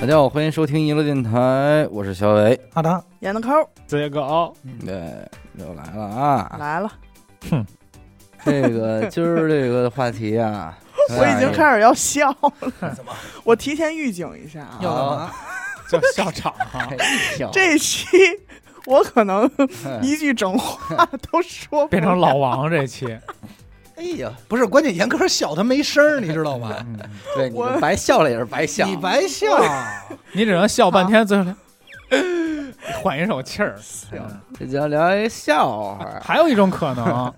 大家好，欢迎收听娱乐电台，我是小伟。阿达，演的抠这个啊，对，又来了 啊！来了，这个今儿这个话题啊，我已经始，开始要笑了。怎么 我提前预警一下啊，要干嘛？叫笑场啊一跳，这期我可能哎一句整话都说 不变成老王这期， 哎呀，不是，关键严哥笑他没声儿，你知 道吧？嗯对，你们我白笑了也是白笑，你白笑，你只能笑半天，最后 缓一口气儿。行这叫聊一笑 话。还有一种可能，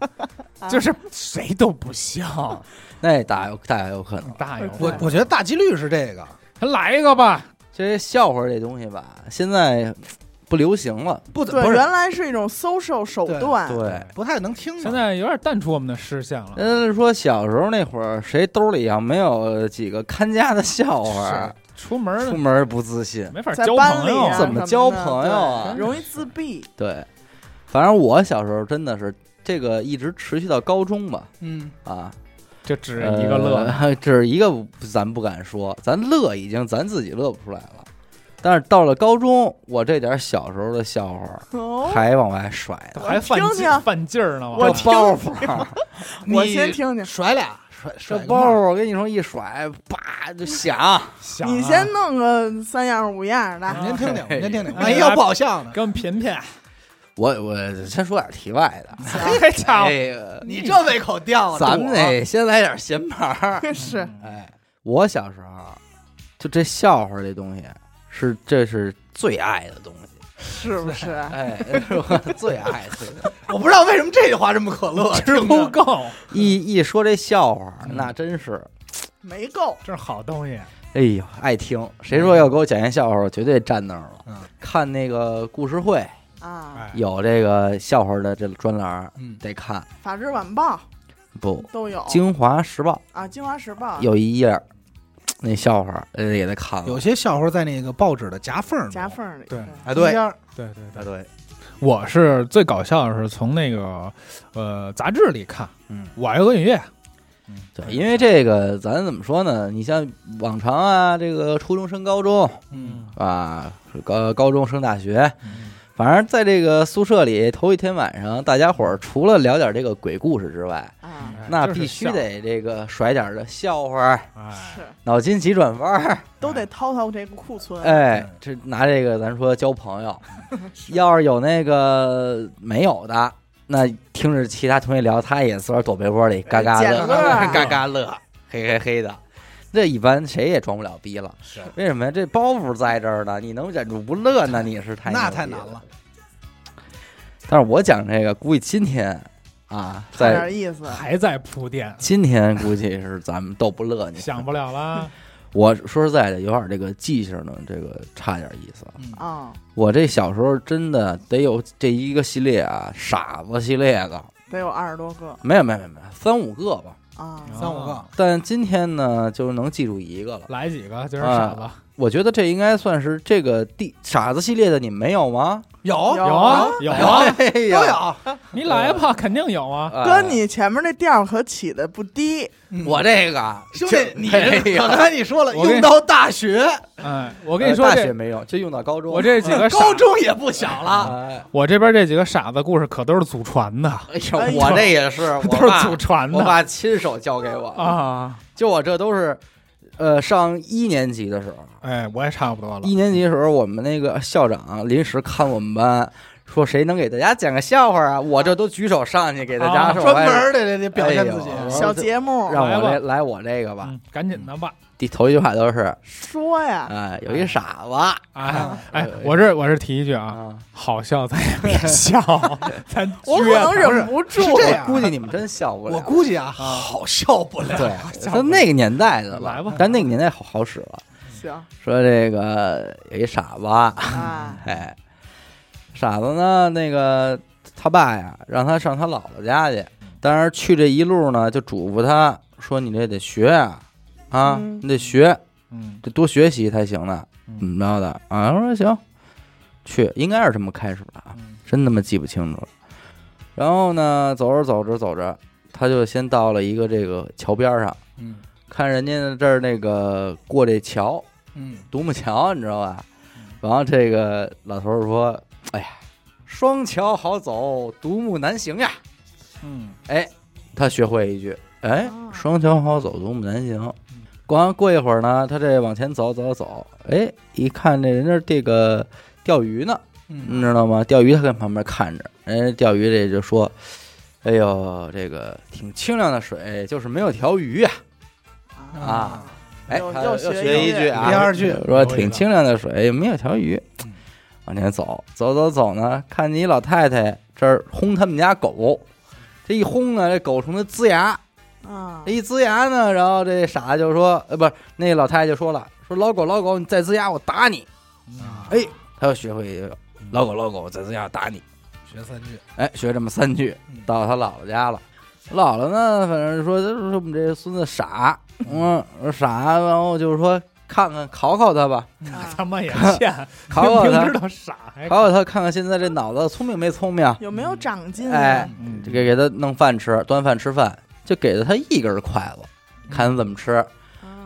就是谁都不笑，那大有大有可能，大有我我觉得大几率是这个，来一个吧，这笑话这东西吧，现在不流行了。不怎对，不是原来是一种 social 手段，对，不太能听啊现到。在有点淡出我们的视线了。人家说小时候那会儿，谁兜里要没有几个看家的笑话，出门出儿门不自信。没法在交班朋里友啊，怎么什的交朋友啊对容易自闭。对，反正我小时候真的是这个一直持续到高中吧，嗯，啊，就只一个乐。呃，这是一个咱不敢说，咱乐已经咱自己乐不出来了。但是到了高中，我这点小时候的笑话哦，还往外甩呢，还犯听劲听犯劲儿呢，我这听包袱，我你先听听，甩俩，甩这甩个包帽儿，袱，我跟你说一甩，叭就响。想啊你先弄个三样五样的，啊您听听，哎您听听，哎万一要不好笑呢？给我们品品，我我先说点题外的，嘿家 哎伙，这个你这胃口吊的，咱们得先来点闲牌儿。 是哎，我小时候就这笑话这东西是这是最爱的东西，是不是？哎，是我最爱最爱。我不知道为什么这句话这么可乐，吃听不着 够，一一说这笑话，那真是，没够，这是好东西。哎呦，爱听。谁说要给我讲一笑话，我绝对站那儿了。嗯看那个故事会啊，哎，有这个笑话的这专栏儿，嗯，得看《法制晚报不？》都有《京华时报啊，《京华时报》》有一页儿，那笑话呃也得看了。有些笑话在那个报纸的夹缝儿夹缝儿里，对啊，对中间儿对对对啊，对，我是最搞笑的是从那个呃杂志里看，嗯，我爱恶音乐，对，因为这个咱怎么说呢？你像往常啊，这个初中升高中嗯，啊，高高中升大学，嗯反正在这个宿舍里头一天晚上，大家伙儿除了聊点这个鬼故事之外，啊，哎那就是必须笑得这个甩点儿的笑话儿，哎，是脑筋急转弯儿，都得掏掏这个库存，哎，这拿这个咱说交朋 友，要是有那个没有的。那听着其他同学聊，他也自个儿躲被窝哎里嘎嘎捡乐，乐儿嘎嘎乐，啊嘿嘿嘿的。这一般谁也装不了逼了，是为什么呀？这包袱在这儿呢，你能忍住不乐呢？你是太那牛逼太难了。但是我讲这个，估计今天啊，有在点意思。还在铺垫，今天估计是咱们逗不乐你。想不 了啦，我说实在的，有点这个记性呢，这个差点意思。嗯啊，我这小时候真的得有这一个系列啊，傻子系列的，得有二十多个没有没有没有没有，三五个吧。啊，三五个，但今天呢，就能记住一个了。来几个啊就是傻子，我觉得这应该算是这个第傻子系列的，你们没有吗？有有有啊有啊，哎都呀，有，你来吧，肯定有啊， 哎哥，你前面这调可起的不低，我这个嗯兄弟，你哎这呀刚才你说了，我跟用到大学，哎，我跟你说呃大学这没有，就用到高中。我这几个傻高中也不小了。哎我这边这几个傻子故事可都是祖传的，哎哎呀，呦我这也是，我都是爸祖传我的爸亲手教给我的，啊，就我这都是，呃，上一年级的时候，哎，我也差不多了一，年级的时候，我们那个校长临时看我们班，说谁能给大家讲个笑话啊？我这都举手上去给大家啊说，专门儿的得得表现自己。啊哎呦小节目让我来这来我这个吧。嗯，赶紧的吧，第头一句话都是，说呀，哎，有一傻啊子哎哎哎，我这我这提一句啊，啊，好笑咱也别 笑，咱我可撅能忍不住是这样我估计你们真笑不了。我估计啊，好 笑不了。对，他那个年代的来吧但那个年代好好使了。行说这个有一傻子，啊，哎，傻子呢，那个他爸呀，让他上他姥姥家去，但是去这一路呢，就嘱咐他说：“你这得学啊，啊，嗯你得学，嗯得多学习才行呢。”怎么着的啊？我说行，去，应该是这么开始的啊，嗯真他妈记不清楚了。然后呢，走着走着走着，他就先到了一个这个桥边上，嗯，看人家这儿那个过这桥，嗯，独木桥，你知道吧？然后这个老头儿说：“哎呀，双桥好走，独木难行呀。哎嗯，”他学会一句：“哎哦，双桥好走，独木难行。”光过一会儿呢，他这往前走走走，哎，一看这人家这个钓鱼呢，嗯嗯你知道吗？钓鱼他跟旁边看着，人家钓鱼这就说：“哎呦，这个挺清亮的水，就是没有条鱼呀、啊哎，又他又又学学一一句句啊，第二句说挺清亮的水，没有条鱼嗯。往前走，走走走呢，看见一老太太这儿轰他们家狗，这一轰呢，这狗冲他呲牙，啊这，一呲牙呢，然后这傻子就说，呃，不是，那老太太就说了，说老狗老狗，你再呲牙我打你。啊哎，他又学会一个老狗老狗，我再呲牙我打你。学三句，哎，学这么三句嗯，到他姥姥家了。姥姥呢，反正说说我们这孙子傻，嗯，傻，然后就是说看看考考他吧，啊哎他妈也欠， 考考明他明知，道傻还考考他，看看现在这脑子聪明没聪明，啊有没有长进啊？哎嗯就给给他弄饭吃，端饭吃饭，就给了他一根筷子，看他怎么吃。啊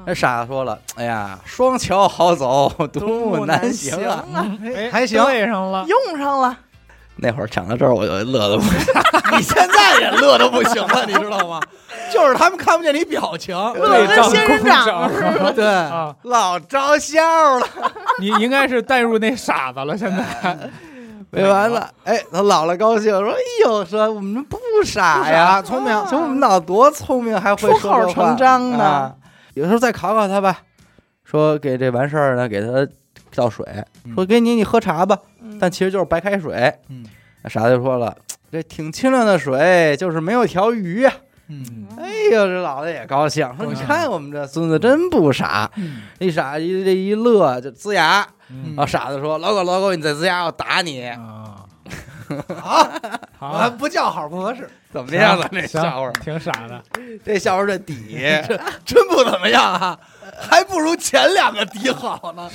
那傻子说了，哎呀，双桥好走，独木难行啊。啊，哎还行对上了，用上了，那会儿讲到这儿，我就乐得不 行，你现在也乐的不行了，你知道吗？就是他们看不见你表情，乐得仙人掌掌对，啊！ 老招笑了。你应该是带入那傻子了，现在没完了，哎，他姥姥高兴说：“哎呦，说我们不傻啊呀，呀，聪明，说我们脑多聪明，还会出说口这话成章的啊有时候再考考他吧，说给这完事儿呢，给他倒水，说给你你喝茶吧，嗯但其实就是白开水。嗯傻子就说了，这挺清亮的水，就是没有条鱼呀。嗯哎呦，这老子也高兴，说高你兴看我们这孙子真不傻，一傻一这一乐就呲牙。嗯然后傻子说：“老狗老狗，你再呲牙，我打你。”啊，啊，好啊，，不叫好不合适，怎么行样了？啊这行笑话，挺傻的，这笑话这底，真不怎么样啊，还不如前两个底好呢。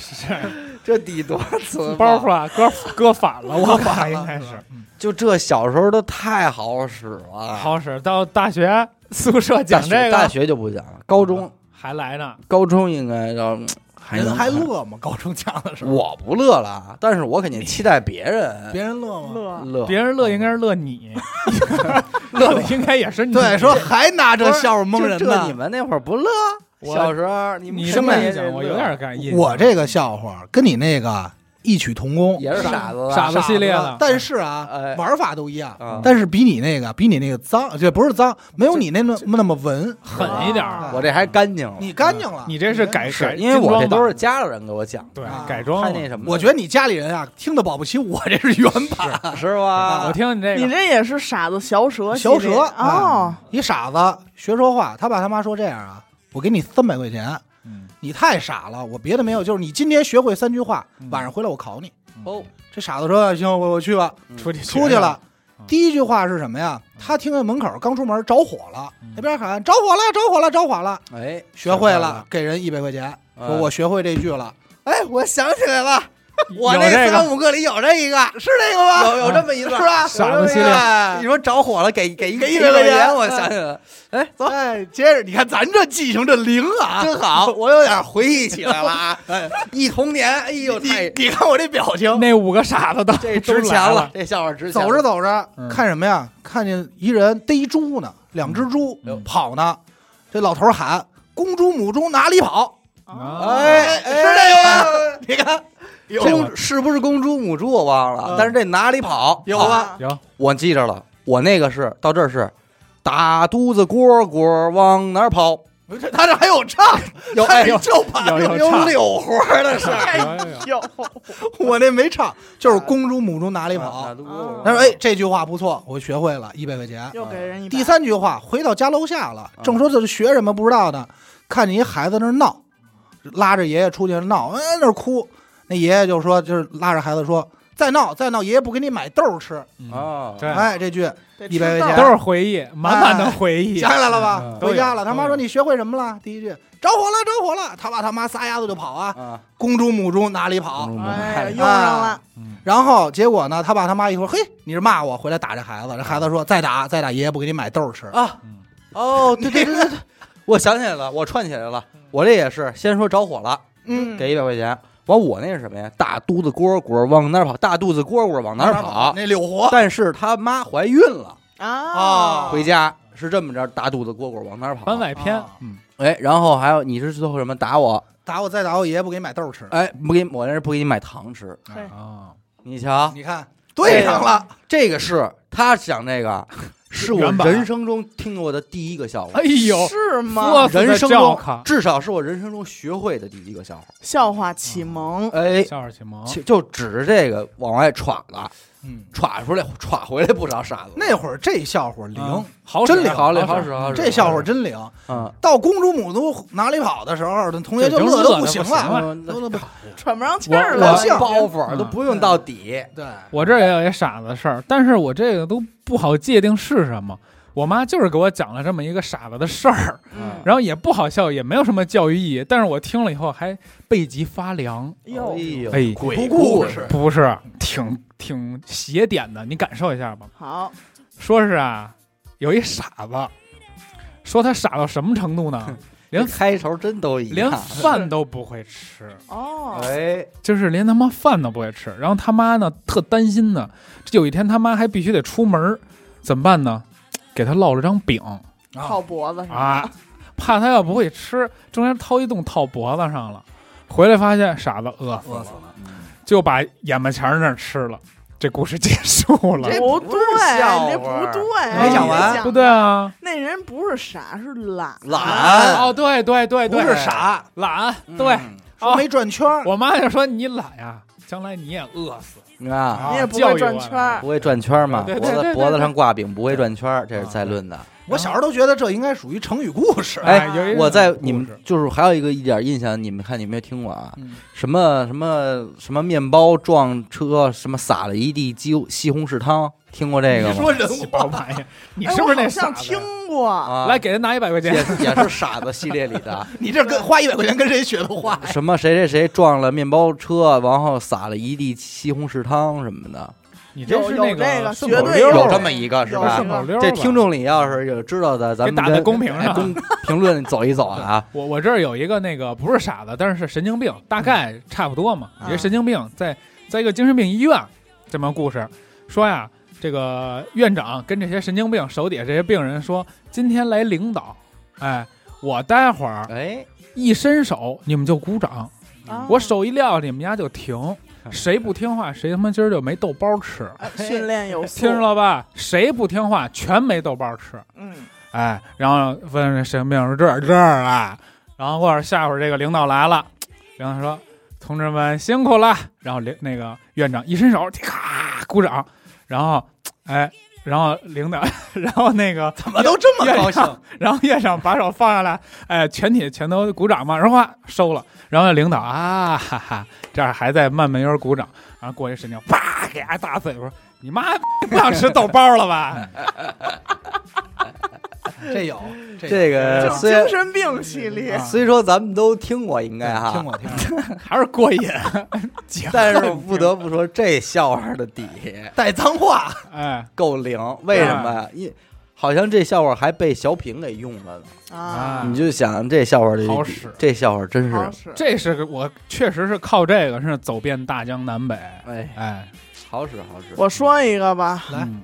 这底多次 包袱啊，搁搁反了，我爸应该是嗯就这小时候都太好使了。好使。到大学宿舍啊大讲学这大个学就不讲了，高中还来呢，高中应该要还人能还。乐吗？高中讲的时候，我不乐了，但是我肯定期待别人别人乐吗？嗯乐，乐。别人乐应该是乐你，乐的应该也是你。对，说还拿这笑话蒙人就这你呢。们那会儿不乐？我小时候你们你什这么么也一得讲，我乐有点感印象。我这个笑话跟你那个异曲同工，也是傻子吧傻子系列的，但是啊哎，玩法都一样，啊。但是比你那个比你那个脏，这不是脏，没有你那么那么文，狠一点啊儿。我这还干净了，你干净了。哦你这是改改是，因为我这精装版都是家里人给我讲的，对啊改装太了。那什么了，我觉得你家里人啊，听的保不齐我这是原版。得是吧？我听你这个，你这也是傻子小蛇系小列，蛇嗯哦，你傻子学说话，他爸他妈说这样啊，我给你三百块钱，嗯你太傻了，我别的没有，就是你今天学会三句话嗯，晚上回来我考你。哦，这傻子说哎行，我我去吧，出去出去了嗯。第一句话是什么呀？他听见门口刚出门着火了嗯，那边喊着火了，着火了，着火了，哎，学会了，给人一百块钱，哎嗯说我学会这句了。哎，我想起来了，我有那这三个五个里有这一个，是这个吗？有有这么一是段 吧？傻子系列哎你说着火了，给给一给一百百块钱钱，我想起来了，哎，走，哎，接着你看咱这记性这灵啊，真好，我有点回忆起来了啊，忆童年，哎呦， 你太你看我这表情，那五个傻子都 这都值钱来了了，，这笑话值钱了。走着走着嗯看什么呀？看见一人逮一猪呢，两只猪嗯跑呢，这老头喊公猪母猪哪里跑？啊哎，是这个吗？你看有公是不是公猪母猪我忘了嗯，但是这哪里跑有好吧？有我记着了，我那个是到这儿是打肚子蝈蝈往哪儿跑？不是他这 还有唱，有他哎这有就把有有有唱柳活的事儿。有有有， 我那没唱，就是公猪母猪哪里打跑？肚子蝈蝈 他说哎，这句话不错，我学会了，一百块钱。又给人一百第，三句话，回到家楼下了啊，正说这是学什么不知道呢，看见一孩子那儿闹，拉着爷爷出去闹，哎，那儿哭，那爷爷就说，就是拉着孩子说，再闹再闹，爷爷不给你买豆吃。嗯啊，对，哎，这句得一百吃块豆钱都是回忆，满满的回忆想。起来了嗯吧？都有回家了，都有他妈说你学会什么了？第一句着火了，着火了，他爸他妈撒丫子就跑啊，啊，公猪母猪哪里跑？嗯哎呀，哎用上了，然后结果呢，他爸他妈一会儿，嘿，你是骂我，回来打这孩子，这孩子说再打再打，爷爷不给你买豆吃。啊嗯，哦，对对对对对，我想起来了，我串起来了，我这也是先说着火了，嗯，给一百块钱。完我那是什么呀？大肚子蝈蝈往哪儿跑？大肚子蝈蝈往哪儿跑？那柳活，但是他妈怀孕了，啊，回家是这么着，大肚子蝈蝈往哪儿跑？番外篇啊，嗯，哎，然后还有你是最后什么打我？打我再打我爷爷不给你买豆吃。哎，不给你我那是不给你买糖吃。嘿啊，你瞧，你看哎对上了，这个是他讲这个，是我原版人生中听过的第一个笑话哎，呦，是哇吗？塞人生这叫中卡至少是我人生中学会的第一个笑话。笑话启蒙，哎，笑话启蒙，啊就就指着这个往外歘了，嗯，歘出来，歘回来不少傻子。那会儿这笑话灵啊，好真使灵好嘞，好好使好使，这笑话真灵。啊，到公主母猪哪里跑的时候，那同学就这就乐乐得得不不行啊行了了。哎嗯乐得不喘不上气儿我了我我。笑包袱儿都不用到底，对，我这儿也有一傻子事儿，但是我这个都不好界定是什么。我妈就是给我讲了这么一个傻子的事儿，嗯，然后也不好笑，也没有什么教育意义，但是我听了以后还背脊发凉。嗯哟哎，呦，哎，鬼故故事事不是，挺挺邪点的，你感受一下吧。好，说是啊，有一傻子，说他傻到什么程度呢？连开头真都一连样。饭都不会吃，哦，哎，就是连他妈饭都不会吃。然后他妈呢特担心呢，这有一天他妈还必须得出门儿，怎么办呢？给他烙了张饼靠脖子上，啊，怕他要不会吃，中间掏一洞套脖子上了。回来发现傻子饿死饿了死，了。就把眼巴前儿那儿吃了。这故事结束了，不对，笑这话不对，没讲完你这不对啊？那人不是傻，是懒，懒哦，对对对不对，是傻，懒，对。嗯说没转圈儿，我妈就说你懒呀，将来你也饿死。你看啊，啊你也不会转圈儿不。会转圈嘛，对脖对对对子对啊脖子上挂饼不会转圈，这是再论的。我小时候都觉得这应该属于成语故事。哎有一个我在故事你们就是还有一个一点印象，你们看你有没有听过啊？嗯什么什么什么面包撞车，什么撒了一地鸡西红柿汤，听过这个你吗？说人话玩 意儿，你哎是不我是那好傻像子听呀？过，啊，来给他拿一百也块钱，也是傻子系列里的，啊你这跟花一百块钱跟谁学的话？ 什么谁谁谁撞了面包车，然后撒了一地西红柿汤什么的，你这有是有那这个顺绝口对溜儿啊有吧这么一个是吧有顺口溜儿吧。这听众里要是有知道的，咱给们打在跟公屏哎上。公评论走一走 啊，我我这儿有一个那个不是傻子，但是是神经病，大概差不多嘛。啊一个神经病在在一个精神病医院，这么个故事说呀，这个院长跟这些神经病手底下这些病人说，今天来领导，哎，我待会儿哎，一伸手你们就鼓掌，啊我手一撂，你们家就停，嗯谁不听话，谁他妈今儿就没豆包吃，哎训练有素，听着了吧？谁不听话，全没豆包吃。嗯，哎，然后问这神经病说这儿这儿啊，然后过会儿下会儿这个领导来了，领导说同志们辛苦了，然后领那个院长一伸手，咔鼓掌，然后哎，然后领导， 然后那个怎么都这么高院兴？长，然后院长把手放下来，哎，全体全都鼓掌嘛，然后收了，然后领导啊，哈哈，这儿还在慢慢悠悠鼓掌，然后过一神经，啪给他大嘴巴，你妈不想吃豆包了吧？这有这个呃就虽精神病系列啊，哎虽说咱们都听过，应该哈，听过听过，还是过瘾，讲但是我不得不说，这笑话的底 带脏 话，哎够 灵。为什么啊呀？因好像这笑话还被小品给用了呢。啊你就想这笑话这好使这笑话真好是使，这是个我确实是靠这个是走遍大江南北，哎，哎，好使好使。我说一个吧，来嗯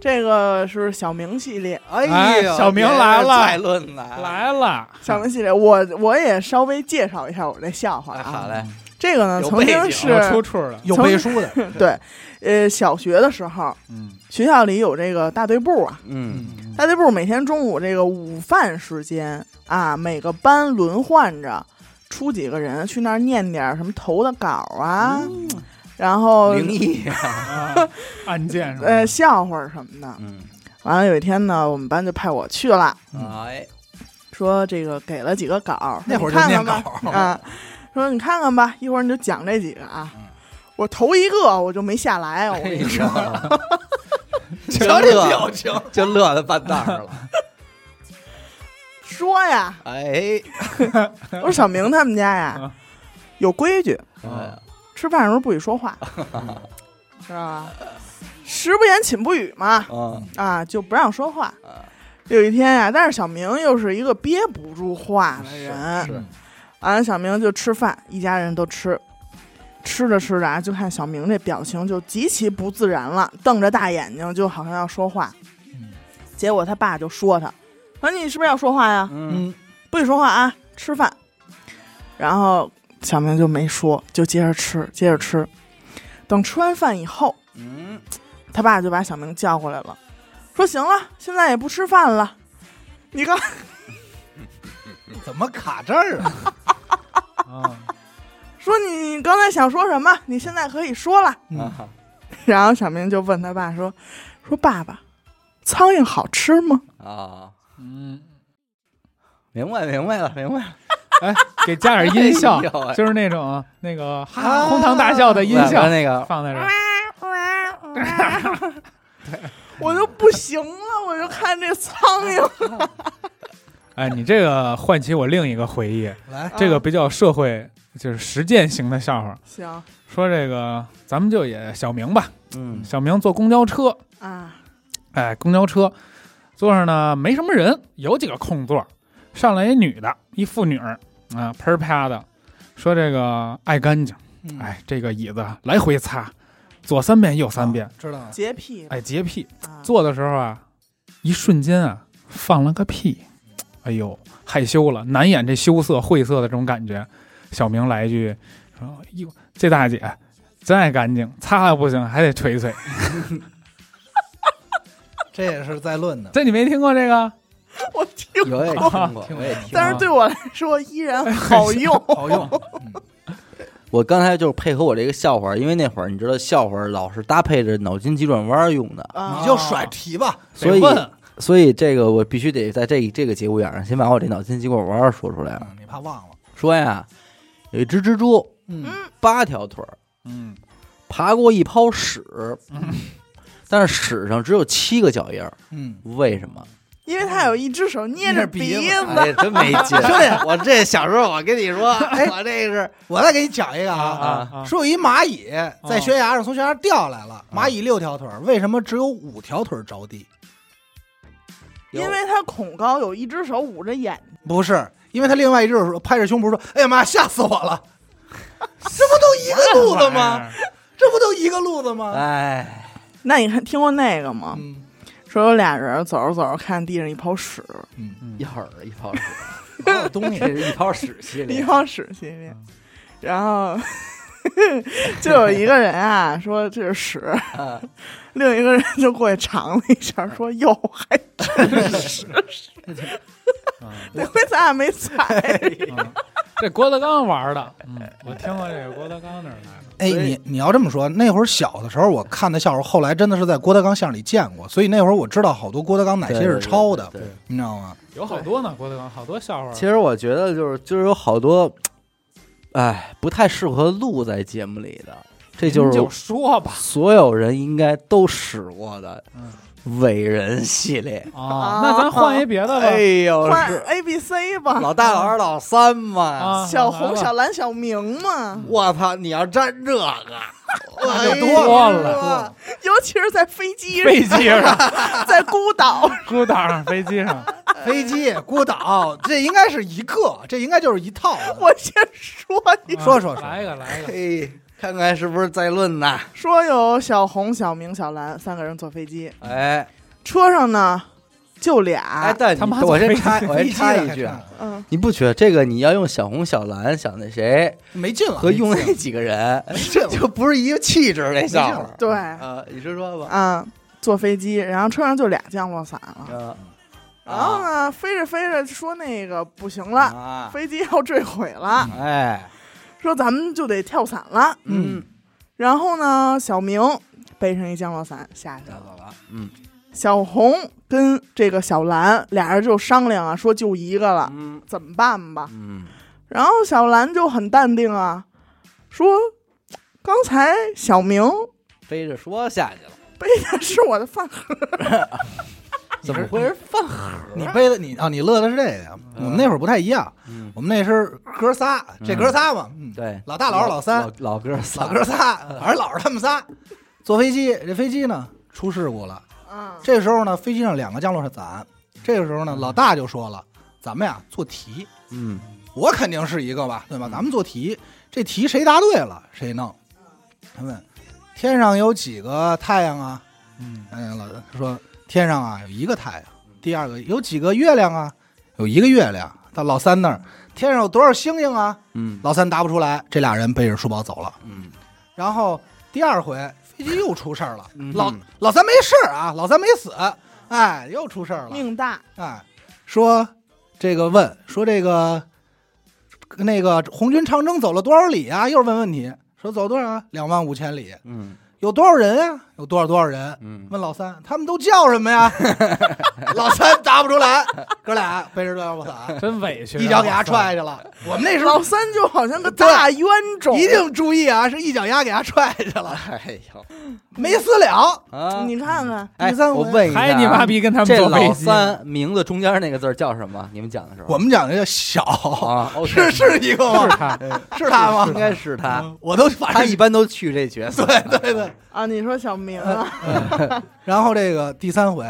这个是小明系列，哎呀，哎小明来了再论来，来了，小明系列，我我也稍微介绍一下我这笑话哎啊好。嘞，这个呢，有曾背景经是有出处了，有背书的。对，呃，小学的时候， 嗯学校里有这个大队部啊，嗯，嗯大队部每天中午这个午饭时间啊，每个班轮换着出几个人去那儿念点儿什么投的稿啊，嗯然后灵异，啊，案件是吧哎呃笑话什么的。嗯，完了有一天呢，我们班就派我去了，哎，说这个给了几个稿，那会儿你就看念看吧稿，啊，说你看看吧，一会儿你就讲这几个啊。嗯我头一个我就没下来，哎我跟你说，瞧这表情，就乐得半道儿了。说呀， 哎，我说小明他们家嗯呀啊有规矩，哎吃饭的时候不许说话，知道吧？食不言寝不语嘛，嗯，啊，就不让说话啊。有一天呀、但是小明又是一个憋不住话的是人是，完了，小明就吃饭，一家人都吃。吃着吃着啊，就看小明这表情就极其不自然了，瞪着大眼睛，就好像要说话。嗯结果他爸就说他：“说你是不是要说话呀？嗯，不许说话啊，吃饭。”然后小明就没说，就接着吃，接着吃。等吃完饭以后，嗯，他爸就把小明叫过来了，说：“行了，现在也不吃饭了，你刚 怎么卡这儿啊？啊，说你刚才想说什么？你现在可以说了。” 啊，然后小明就问他爸说：“说爸爸，苍蝇好吃吗啊，嗯，明白明白了明白了，哎，给加点音效 哎呦喂，啊就是那种那个哈哈哄堂大笑的音把效那个放在这儿。？”我就不行了，我就看这苍蝇。哎，你这个唤起我另一个回忆，来，哎这个比较社会就是实践型的笑话。行说这个，咱们就也小明吧，嗯小明坐公交车，啊，哎，公交车座上呢没什么人，有几个空座，上来一女的，一妇女儿啊，喷儿啪的，说这个爱干净，嗯，哎，这个椅子来回擦，左三遍右三遍啊，知道了。洁癖哎，洁癖。啊，坐的时候啊，一瞬间啊，放了个屁，哎呦，害羞了，难掩这羞涩、晦涩的这种感觉。小明来一句说：“哎呦，这大姐真爱干净，擦还不行，还得捶捶。这也是在论的”。这你没听过这个？我听有也过，听 过，听我也听过。啊但是对我来说依然好用。好用，我刚才就是配合我这个笑话，因为那会儿你知道笑话老是搭配着脑筋急转弯用的，啊你就甩题吧。所得以问所以这个我必须得在这这个节骨眼上先把我这脑筋急转弯说出来了。嗯你怕忘了。说呀，有一只蜘蛛，嗯，八条腿儿，嗯，爬过一泡屎，但是屎上只有七个脚印儿，嗯，为什么？因为他有一只手捏着鼻捏着子，，哎哎真没劲！兄弟，哎我这小时候我跟你说，我这是我再给你讲一个啊啊，啊啊！说有一蚂蚁在悬崖上从悬崖上掉下来啊了，蚂蚁六条腿儿，为什么只有五条腿儿着地？因为他恐高，有一只手捂着眼睛。不是，因为他另外一只手拍着胸脯说：“哎呀妈，吓死我了！ 这不都一 个路子吗？这不都一个路子吗哎，那你看听过那个？”吗？嗯说有俩人走着走着，看地上一泡屎，嗯，一会一泡屎，好有东西这。 是一泡屎系一列。泡屎系列，然后 就有一个人 啊说这是屎，啊另一个人就过去尝了一下，说哟，还 得亏咱俩没 踩。这郭德纲玩的，嗯，哎我听过这个郭德纲那儿来的。哎，所以你你要这么说，那会儿小的时候我看的笑话，后来真的是在郭德纲相声里见过，所以那会儿我知道好多郭德纲哪些是抄的对对对对，你知道吗？有好多呢，郭德纲好多笑话。其实我觉得就是就是有好多，哎，不太适合录在节目里的，这就您是就说吧所有人应该都使过的伟人系列。啊，那咱换一别的吧。哎呦，换是 A B C 吧，老大、老二、老三嘛。啊，小来红、吧小蓝、小明嘛，我操！你要沾这个，哎就呦多了，尤其是在飞机上，飞机上， 在孤岛， 孤岛上，飞 机上，啊飞机、孤岛，这应该是一个，这应该就是一套的。我先说一说说说来一个，来一个，嘿，看看是不是在论呐？说有小红、小明、小蓝三个人坐飞机，哎车上呢就哎，俩，但他妈你我先怎么插，我先飞机插的一还句差啊，嗯，你不觉得这个你要用小红、小蓝、小那谁没劲了，和用那几个人，这就不是一个气质那笑没劲话儿。对，啊，你是说吧？啊，坐飞机，然后车上就俩降落伞了。啊然后呢，飞着飞着说那个不行了，啊！飞机要坠毁了，哎，说咱们就得跳伞了。嗯，然后呢，小明背上一降落伞下去找了，到了，嗯小红跟这个小蓝俩人就商量啊，说就一个了，嗯怎么办吧？嗯，然后小蓝就很淡定啊，说刚才小明 背着说下去了，背的是我的饭盒，怎么回事？饭盒？你背的你啊，你乐的是这个呀。我们那会儿不太一样，嗯，我们那是哥仨，这哥仨嘛，嗯，对，嗯老大老二老三老老哥仨老哥仨，反正老是他们仨。坐飞机，这飞机呢出事故了。嗯，啊这时候呢，飞机上两个降落伞。这个时候呢，老大就说了：“咱们呀做题，嗯我肯定是一个吧，对吧？嗯咱们做题，这题谁答对了谁弄。他问天上有几个太阳啊？嗯嗯，老师说天上啊有一个太阳，第二个有几个月亮啊？有一个月亮。到老三那儿，天上有多少星星啊？嗯老三答不出来，这俩人背着书包走了。嗯然后第二回飞机又出事儿了，嗯老老三没事儿啊，老三没死，哎，又出事儿了，命大，哎，说这个问说这个那个红军长征走了多少里啊？又是问问题，说走多少啊？两万五千里，嗯有多少人啊？有多少多少人？嗯，问老三，他们都叫什么呀？老三答不出来，哥俩背着大雨伞，真委 屈啊，一脚给他踹下去了。我们那时候老三就好像个大冤种，一定注意啊，是一脚丫给他踹下去了，哎呦没死了。啊！你看看，哎，第三回我问一下啊，还你妈逼跟他们这做背老景三名字中间那个字儿叫什么？你们讲的时候，我们讲的叫小，啊，哦是是一个是吗？他，是他吗？应该是他，嗯我都反他正一般都去这角色。对对对。啊，你说小明嗯啊，然后这个第三回，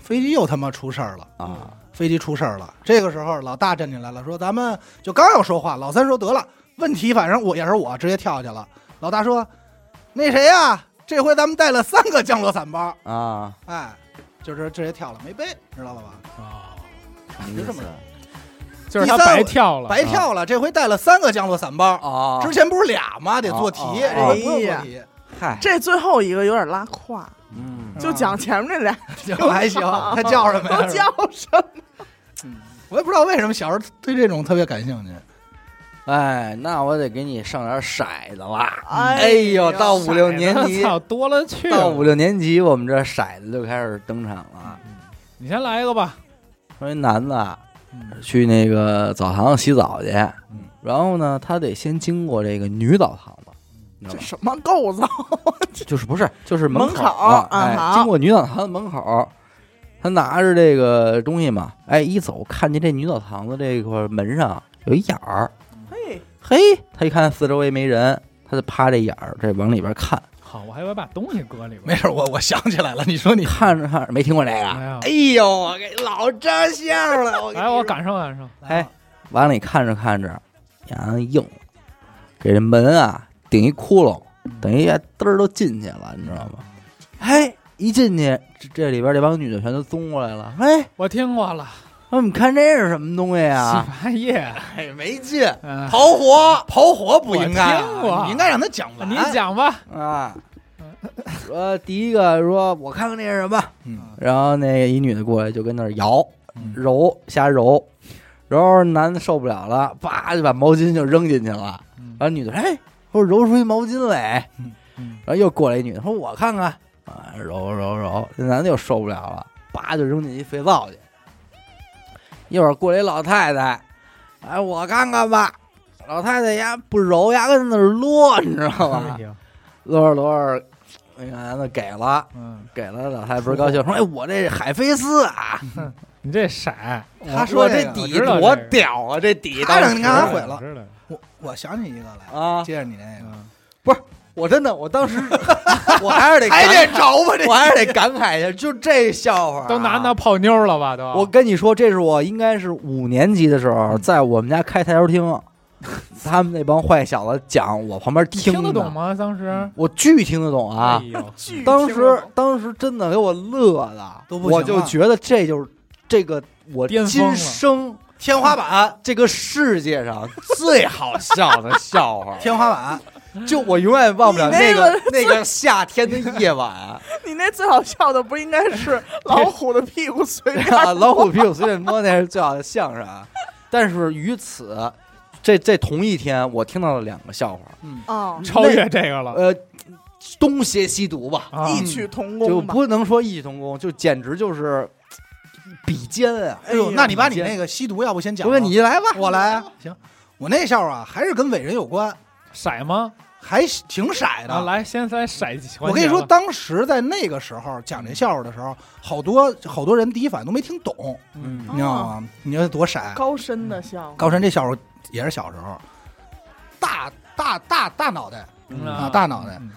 飞机又他妈出事儿了，啊，飞机出事儿了。这个时候老大站起来了，说咱们就刚要说话，老三说得了，问题反正我也是我直接跳下去了。老大说，那谁呀、这回咱们带了三个降落伞包，啊，哎，就是直接跳了，没背，知道了吧？什么意就这么思着啊就是他白跳了，啊哎白跳了，这回带了三个降落伞包。哦，之前不是俩吗？得做题，哦哦这回不用哎做呀题，嗨，这最后一个有点拉胯，嗯就讲前面这俩 行还行。他叫什么都呀？叫什么？我也不知道为什么小时候对这种特别感兴趣。哎，那我得给你上点色子啦。哎呦，到五六年级，操多了啊去到五了。六年级，我们这色子就开始登场了。你先来一个吧，说一男的啊嗯去那个澡堂洗澡去嗯，然后呢，他得先经过这个女澡堂子，你知道这吧？什么构造？ 就是不是就是门口口啊啊哎，好经过女澡堂子门口，他拿着这个东西嘛，哎，一走看见这女澡堂子这块门上有一眼儿，嘿，嘿，他一看四周围没人，他就趴这眼儿这往里边看，好，我还以为把东西搁里边。没事，我我想起来了，你说你看着看着没听过这个，没有哎呦，我给老扎笑了，我跟你啊哎，我说感受感受，哎，往里看着看着，眼硬了，给这门啊顶一窟窿，等于嘚儿都进去了，你知道吗？哎，一进去，这这里边这帮女的全都综过来了，哎，我听过了，说你看这是什么东西啊？洗白夜，哎没劲，嗯，刨活刨活不应该我啊听，过你应该让他讲完。你讲吧，啊，说第一个说我看看这是什么，嗯，然后那一女的过来就跟那儿摇嗯揉瞎揉，然后男的受不了了，叭就把毛巾就扔进去了，嗯然后女的说哎，我揉出一毛巾来。嗯，然后又过来一女的说：“我看看。”啊，揉揉揉，这男的又受不了了，叭就扔进一肥皂去。一会儿过来一老太太，哎，我看看吧。老太太呀不揉，呀跟那儿摞，你知道哎吗？呦摞着摞着，哎那个男的给了，嗯，给了，老太太不是高兴说：“哎，我这海飞丝啊，你这色，我他我说这个底知道多这个屌啊，这底他当让你时看他知毁道了知道我我想起一个来，啊！接着你那个，嗯我真的，我当 时我还是得感得着吧我还是得感慨一下，就这笑话啊都拿到泡妞了吧？都，我跟你说，这是我应该是五年级的时候，在我们家开台球厅，他们那帮坏小子讲，我旁边你听听得呢懂？吗？当时我巨听得嗯懂啊哎！呦， 巨当听不时懂当时真的给我乐的，都不行了我就觉得这就是这个我巅峰了今生天花板，。这个世界上最好笑的笑话天花板，就我永远忘不了你那那个个那个夏天的夜 晚啊你那最好笑的不应该是老虎的屁股随便 啊，老虎屁股随便摸，那是最好的相声啊。但是于此，这这同一天，我听到了两个笑话。啊，超越这个了，呃，东邪西毒吧，啊 异曲同就工吧？不能说异曲同工，就简直就是比肩啊！哎呦，那你把你你先那个吸毒要不先讲不吧？是你来吧， 我来啊，行，我那笑话啊还是跟伟人有关，色吗？还挺色啊，的。来，先来色。我跟你说，，当时在那个时候讲这笑话的时候，好多好多人第一反应都没听懂，嗯，你知道吗？你要多色，高深的笑话，高晨这小时候也是小时候，大大大大脑袋嗯啊，大脑袋嗯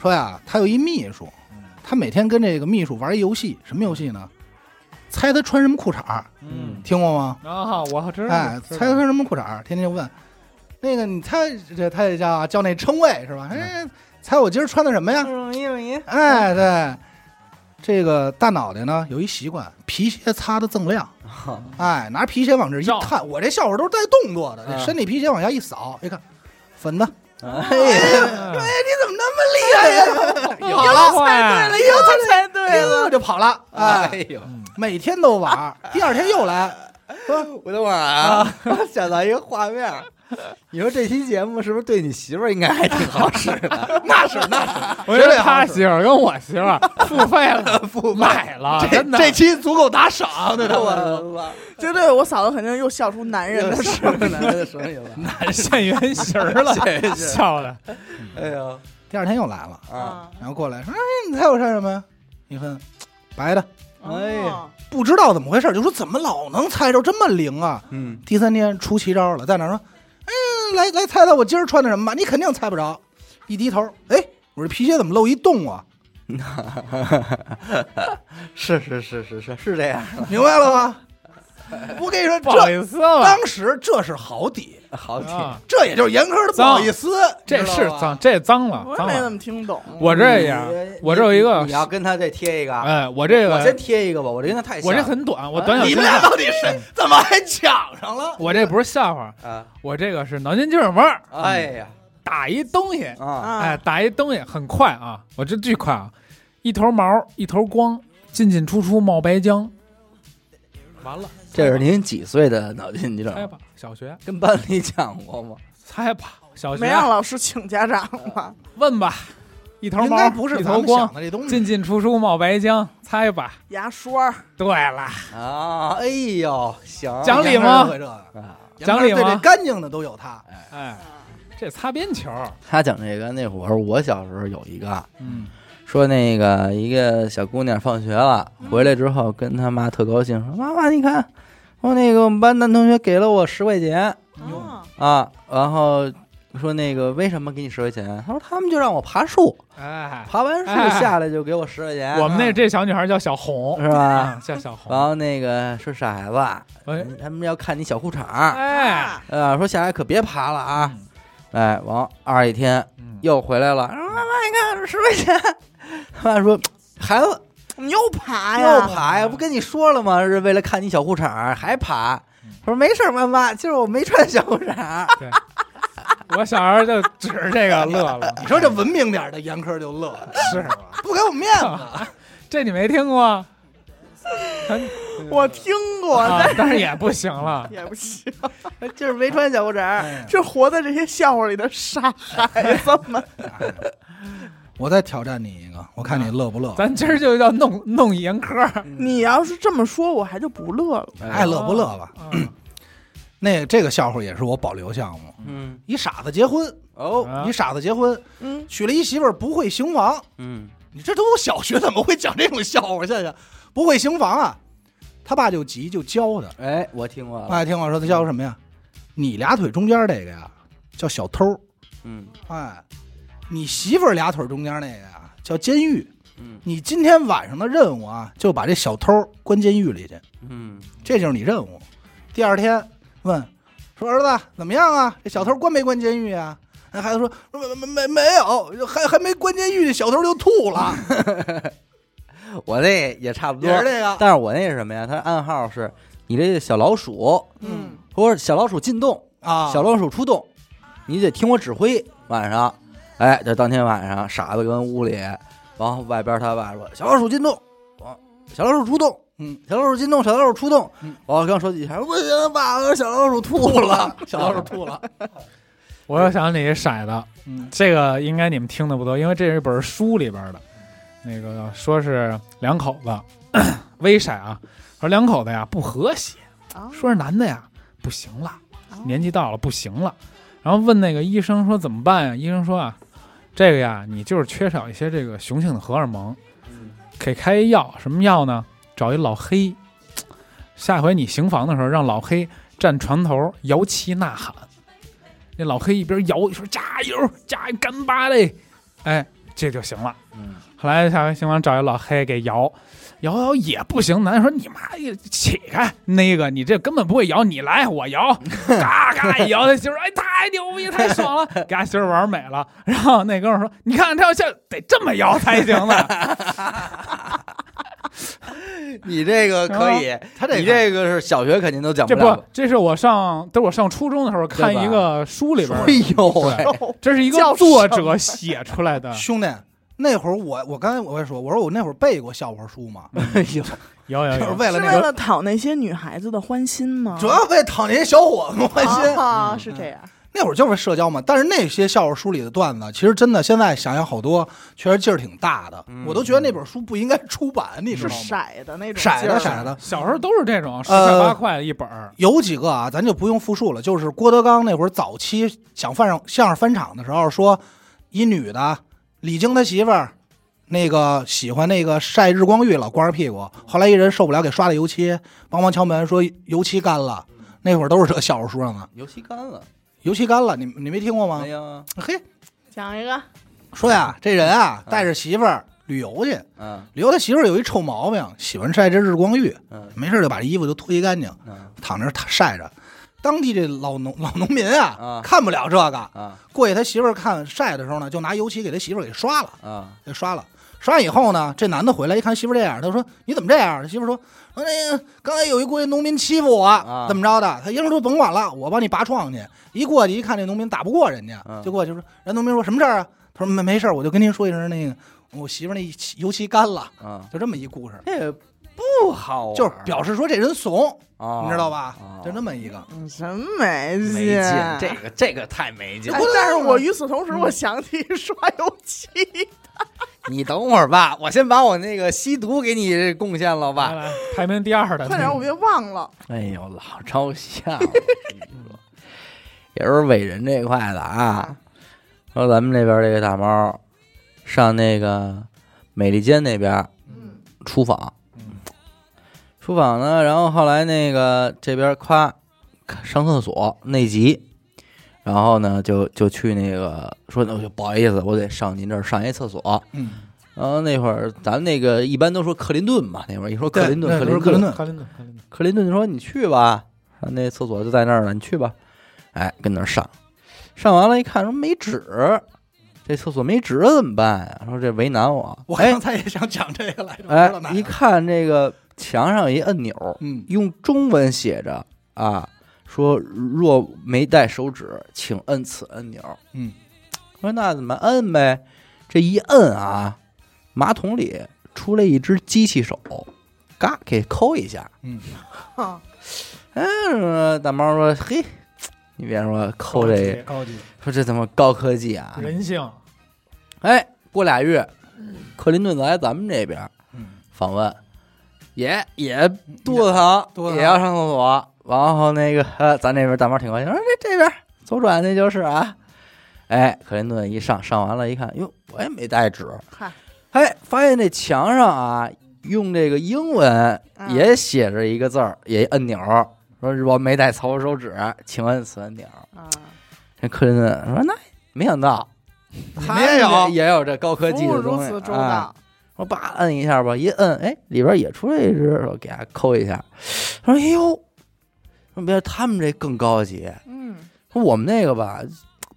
说呀，他有一秘书嗯，他每天跟这个秘书玩一游戏，什么游戏呢？猜他穿什么裤衩儿，嗯听过吗？啊，我知道，哎，知道猜他穿什么裤衩儿，天天就问，那个你猜这他也叫叫那称谓是嗯吧？哎，猜我今儿穿的什么呀？泳衣泳衣，哎，对，这个大脑袋呢有一习惯，皮鞋擦的锃 亮，哎，拿皮鞋往这一照探，我这笑话都是带动作的，这嗯身体皮鞋往下一扫，一看粉的，哎，哎哎你怎么那么厉害呀？有了哎坏，啊哎呦，他猜对了，就跑了，哎，呦，每天都玩，第二天又来，我等会儿啊，我想到一个画面儿，你说这期节目是不是对你媳妇儿应该还挺好使的？那是那是，我觉得他媳妇儿跟我媳妇儿 付费了，付买了，这真的这期足够打赏，对吧？ 我绝对我嫂子肯定又笑出男人的声儿来。的声音了，现原形儿了，现原形儿笑的，哎呦第二天又来了，哦啊，然后过来说，哎，你猜我穿什么呀？一看，白的，哎呀，不知道怎么回事，就说怎么老能猜着这么灵啊？嗯，第三天出奇招了，在哪儿说？嗯，来来猜猜我今儿穿的什么吧？你肯定猜不着。一低头，哎，我这皮鞋怎么漏一 洞啊？是是是是是是这样，明白了 吧？我跟你说，不好这意思啊了，当时这是好底，好听，啊这也就是严苛的不好意思，这知道啊是吧脏，这脏了，我也脏没怎么了。听懂。我这也，我这有一个你，要跟他再贴一个啊，哎，我这我先个，贴一个吧，我这跟他太像我这很短，我短小啊你精们俩悍。到底嗯谁怎么还抢上了？我这不是笑话，啊，我这个是脑筋急转弯，哎呀打一东西，啊，啊，哎，打一东西很快啊，我这巨快啊，一头毛一头光，进进出出冒白浆。完了，这是您几岁的脑筋急哎转猜弯？吧，小学跟班里讲过吗？猜吧，小学没让老师请家长吧？问吧，一头应毛该不是一咱头们光想，的这东西。进进出出冒白浆，猜吧。牙刷，对了，啊，哎呦，行，讲理吗严苛的啊，这个讲理吗严苛对这干净的都有他。啊哎，这擦边球，他讲这个那会儿，我小时候有一个，嗯，说那个一个小姑娘放学了回来之后，跟她妈特高兴，说妈妈你看，说那个我们班男同学给了我十块钱啊，啊，然后说那个为什么给你十块钱？她说他们就让我爬树，哎，爬完哎树下来就给我十块钱， 我们那这小女孩叫小哎红，是吧？啊，叫小然红，后那个说傻孩子啊，哎他们要看你小裤衩儿，哎，呃，说下来可别爬了啊。哎，完二一天嗯，又回来了，说妈妈你看十块钱，他妈说孩子你又爬哎呀？又爬呀！不跟你说了吗？是为了看你小裤衩儿还爬嗯。我说没事儿，妈妈，今儿我没穿小裤衩儿。我小时候就指着这个乐 了，你说这文明点儿的严苛就乐了，是吗？不给我面 子。这你没听过？我听过，啊但但是也不行了， 也不行，就是没穿小裤衩儿哎，这活在这些笑话里的傻孩子们。我再挑战你一个，我看你乐不乐。咱今儿就叫弄弄严 苛，你要是这么说，我还就不乐了。爱乐不乐吧？嗯那这个笑话也是我保留项目。嗯，一傻子结婚，哦，啊一傻子结婚嗯，娶了一媳妇儿不会行房，嗯，你这都我小学怎么会讲这种笑话？想想不会行房啊，他爸就急就教他。哎，我听过了。哎，听我说，他教什么呀？你俩腿中间这个呀，叫小偷。嗯哎，你媳妇儿俩腿中间那个呀，叫监狱。嗯你今天晚上的任务啊，就把这小偷关监狱里去。嗯，这就是你任务。第二天问说儿子怎么样啊？这小偷关没关监狱啊？那孩子说没没没没有，还还没关监狱，小偷就吐了，我那也差不多也。是这个。但是我那是什么呀？它暗号是你这小老鼠，嗯，或者小老鼠进洞，啊，小老鼠出洞，你得听我指挥。晚上，哎，这当天晚上，傻子跟屋里，然后外边他爸说：“小老鼠进洞，啊，小老鼠出洞，嗯，小老鼠进洞，小老鼠出洞。嗯”我刚说几下，不行，爸，我小老鼠吐了， 小老鼠吐了，我又想起一色子，嗯这个应该你们听的不多，因为这是一本书里边的，那个说是两口子 微色啊，说两口子呀不和谐，啊说是男的呀不行了啊，年纪到了不行了，然后问那个医生说怎么办呀？医生说啊，这个呀你就是缺少一些这个雄性的荷尔蒙，给开一药，什么药呢？找一老黑，下回你行房的时候让老黑站床头摇旗呐喊。那老黑一边摇一说加油加干巴嘞，哎，这就行了。嗯，后来下回行完找一老黑给摇，摇摇也不行，咱说你妈起开，那个你这根本不会摇，你来我摇，嘎嘎一摇，他媳妇儿哎太牛逼太爽了，给他媳妇儿玩美了。然后那哥们儿说，你看他要像得这么摇才行呢。 你这个可以，他啊这。你这个是小学肯定都讲这了不，。这是我上，都是我上初中的时候看一个书里边儿哎，呦喂，这是一个叫作者写出来的兄弟，那会儿我我刚才我也说，我说我那会儿背过校花书嘛，哎呦，摇摇就是摇，为是了那为个，了讨那些女孩子的欢心吗？主要为讨那些小伙子们 欢心。啊，嗯是这样。那会儿就是社交嘛，但是那些校友书里的段子，其实真的现在想想好多，确实劲儿挺大的。嗯我都觉得那本书不应该出版，你是知道吗？色的那种色啊劲儿的色的，小时候都是这种十块呃八块一本儿，有几个啊，咱就不用复述了。就是郭德纲那会儿早期想翻上相声翻场的时候，说一女的李菁他媳妇儿，那个喜欢那个晒日光浴，老光着屁股。后来一人受不了，给刷了油漆，帮忙敲门说油漆干了。那会儿都是这个小说书上的，游戏干了，油漆干了，你你没听啊过吗哎？呀，嘿，讲一个，说呀，这人啊嗯带着媳妇儿旅游去，嗯旅游他媳妇儿有一臭毛病，喜欢晒这日光浴，嗯没事儿就把这衣服就脱干净，嗯躺那儿晒着。当地这老农老农民啊，啊看不了这个，啊过去他媳妇儿看晒的时候呢，就拿油漆给他媳妇儿给刷了，啊，给刷了。刷完以后呢，这男的回来一看媳妇儿这样，他说：“你怎么这样？”他媳妇儿说：“说那个刚才有一过去农民欺负我，啊怎么着的？”他爷们儿说：“甭管了，我帮你拔创去。”一过去一看，这农民打不过人家，嗯就过去说：“人农民说什么事儿啊？”他说：“没没事儿，我就跟您说一声，那个我媳妇儿那油漆干了。啊”，就这么一故事，这不好玩，嗯就是表示说这人怂，啊，你知道吧啊？就这么一个。嗯什么没没劲？劲，这个这个太没劲哎了。 但是我与此同时，我想起刷油漆， 你等会儿吧，我先把我那个吸毒给你贡献了来吧。来，排名第二的，快点，我别忘了。哎呦，老招笑了， 跟你说也是伟人这块的啊。说咱们这边这个大猫上那个美利坚那边嗯，出访嗯，出访呢，然后后来那个这边夸上厕所内急，然后呢就就去那个说，那我就不好意思，我得上您这儿上一厕所。嗯，然后那会儿咱们那个一般都说克林顿嘛，那会儿一说克林顿，对克那林都是克林顿，顿克林顿，克林顿，克林顿就说你去吧，啊那厕所就在那儿呢，你去吧。哎，跟那儿上，上完了，一看说没纸，这厕所没纸怎么办呀、说这为难我，我刚才也想讲这个来着，我哎知道哪，儿一了看这个墙上有一按钮，嗯，用中文写着啊，说若没带手指，请摁此按钮。嗯，我说那怎么摁呗？这一摁啊，马桶里出来一只机器手，嘎给抠一下。哼嗯，大猫说：“嘿，你别说抠高这级个，高级，说这怎么高科技啊？嗯人性，哎，过俩月，克林顿来咱们这边嗯，访问，也也肚子疼，肚子疼也要上厕所。然后那个、 呃咱这边大猫挺高兴，说这这边左转那就是啊。哎，克林顿一上上完了，一看，哟，我也没带纸，嗨，哎，发现这墙上啊，用这个英文嗯也写着一个字儿，也一按钮，说我没带操手指，请摁此按钮。啊，这克林顿说：“那没想到，们也有他也有这高科服技务的如东西。此周哎到，我叭摁一下吧，一摁，哎，里边也出来一只，我给它抠一下。他说：“哎呦，说别他们这更高级，嗯，说我们那个吧，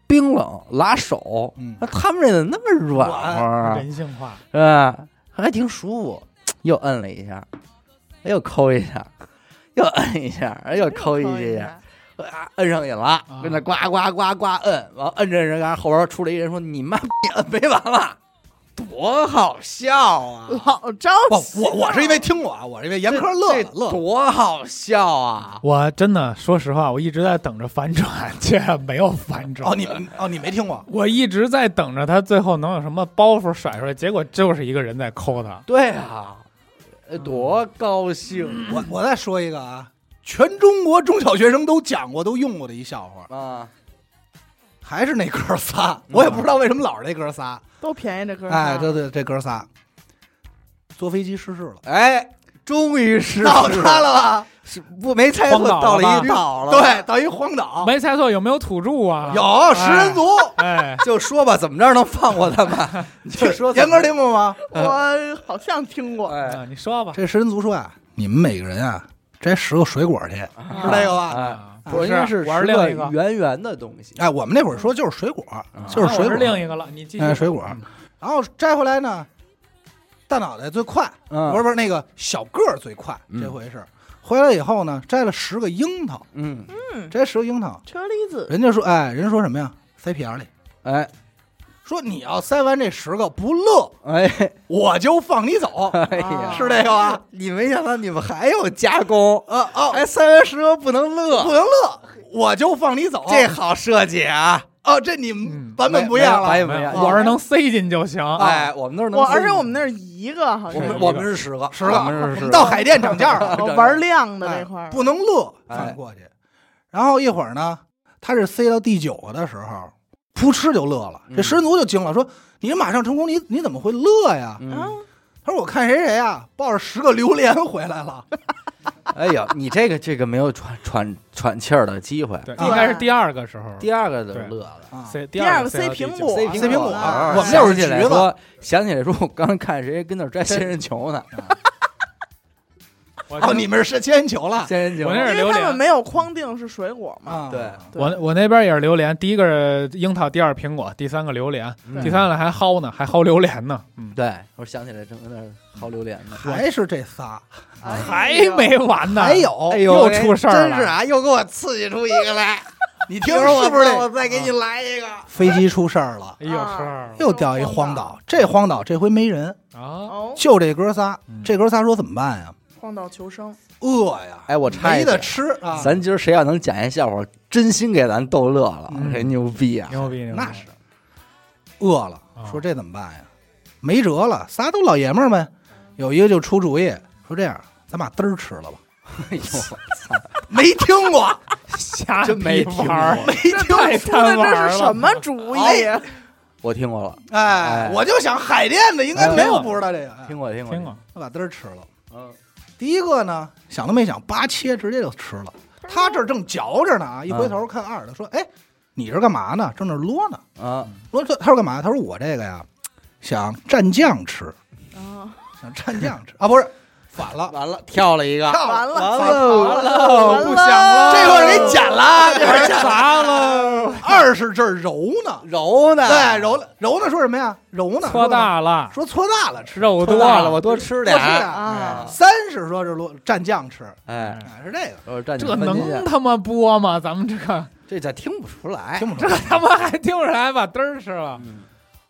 冰冷拉手，嗯那他们这怎么那么软和啊？人性化，是吧？还挺舒服。又摁了一下，哎又抠一下，又摁一下，哎又抠一下，下，啊，摁上瘾了，跟那呱呱呱呱摁，完摁着人，然后后边出来一人说：“你妈逼摁没完了，多好笑啊！”老着不，我我是因为听过啊，我是因为严科乐这了乐了，多好笑啊！我真的说实话，我一直在等着反转，却没有反转。哦，你哦你没听过，我一直在等着他最后能有什么包袱甩出来，结果就是一个人在抠他。对啊，呃多高兴我我再说一个啊，全中国中小学生都讲过都用过的一笑话，啊！还是那哥仨，我也不知道为什么老是那哥仨，嗯哎都便宜这歌，哎，对，对，这哥仨，坐飞机失事了，哎，终于是闹他了吧？是不没猜错，荒 岛到了了吧一岛了，对，，到一荒岛，没猜错，有没有土著啊？，哦有食人族，哎， 就说吧，怎么着能放过他们？你 就说严怎么 哥听过吗？我好像听过，哎，啊你说吧，这食人族说啊，你们每个人啊摘十个水果去，啊是那个吧？哎，啊不我应该是，我十是另一个，圆圆的东西，哎，我们那会儿说就是水果，就啊我水是果，另一个了，你继续哎，水果。然后摘回来呢，大脑袋最快，嗯不是不是那个小个儿最快，嗯这回是回来以后呢，摘了十个樱桃，嗯，摘十个樱桃，车厘子，人家说，哎，人家说什么呀？塞屁眼里，哎说你要塞完这十个不乐，哎我就放你走，哦哎呀，是这个吧？你没想到你们还有加工，呃哦，哎，三元十不能不乐，能乐，我就放你走。这好设计啊，哦，这你嗯们版本不一样了，版本没不一有，啊样，我啊是能塞进就行。哎，我们都是能我而且分我们那儿一个好我像是一们个我们是十个，十个我们是十我们个，到海淀涨价了，我我玩亮的 那块儿，哎不能乐，哎放过去。然后一会儿呢，他是塞到第九个的时候，扑哧就乐了。这嗯食人族就惊了，说：“你马上成功，你你怎么会乐呀嗯啊，？”他说：“我看谁谁啊，抱着十个榴莲回来了。哎呦，你这个这个没有喘喘喘气儿的机会。对，啊应该是第二个时候，第二个就对乐了。啊塞第第二个个塞到第塞苹九果，塞苹果啊我们那想会儿起来橘子说，想起来说，我刚看谁跟那儿摘仙人球呢？我”哦，你们是吃铅球了仙人球我，那是因榴为他们莲。没有框定是水果嘛，啊？对，对我我那边也是榴莲，第一个是樱桃，第二苹果，第三个榴莲，嗯第三个还薅呢，还薅榴莲呢，嗯，对，我想起来正跟那儿薅榴莲呢。还是这仨，还哎呀没完呢，还有哎，又呦，出事儿了，啊，又给我刺激出一个来。你听是不是这再给你来一个。飞机出事 儿了？哎呦啊事儿了又掉一荒岛，这荒岛这回没人，啊，哦，就这哥仨嗯。这哥仨说怎么办呀？荒岛求生，饿呀，哎，我插没一得句，吃啊！咱今儿谁要能讲一笑话，真心给咱逗乐了，嗯这牛逼 啊！牛逼牛逼，那是饿了啊，说这怎么办呀？没辙了，仨都老爷们儿呗。有一个就出主意，说这样，咱把嘚儿吃了吧。哎呦， 没听过，瞎 真没逼听玩儿过，没这听都过。太出贪的玩这是了什么主意？哎我听过了，哎哎，我就想海淀的应该没有不知道这个。哎听过，听过，听。过他把嘚儿吃了。嗯，第一个呢，想都没想，叭切直接就吃了。他这儿正嚼着呢啊，一回头看二的说：“哎，你这儿干嘛呢？正那儿摞呢。啊，”摞说他说干嘛？他说我这个呀，想蘸酱吃，啊，想蘸酱吃啊，不是反了，完了，跳了一 个，跳完了，了，完了完哦不想了这这会会儿儿给哎给 剪了，这会哎儿剪了。砸了，二是这儿揉呢，哎揉呢，对，揉了揉呢，说什么呀？揉呢，搓大了，说搓大了吃。肉我多多大了，我多吃多吃俩点。啊，三是说这罗蘸酱吃，哎，哎，是这个，我站起这来分析能他妈播吗？咱们这个这咋听不出来？听不出这来。他妈还听着还把嘚儿吃了，嗯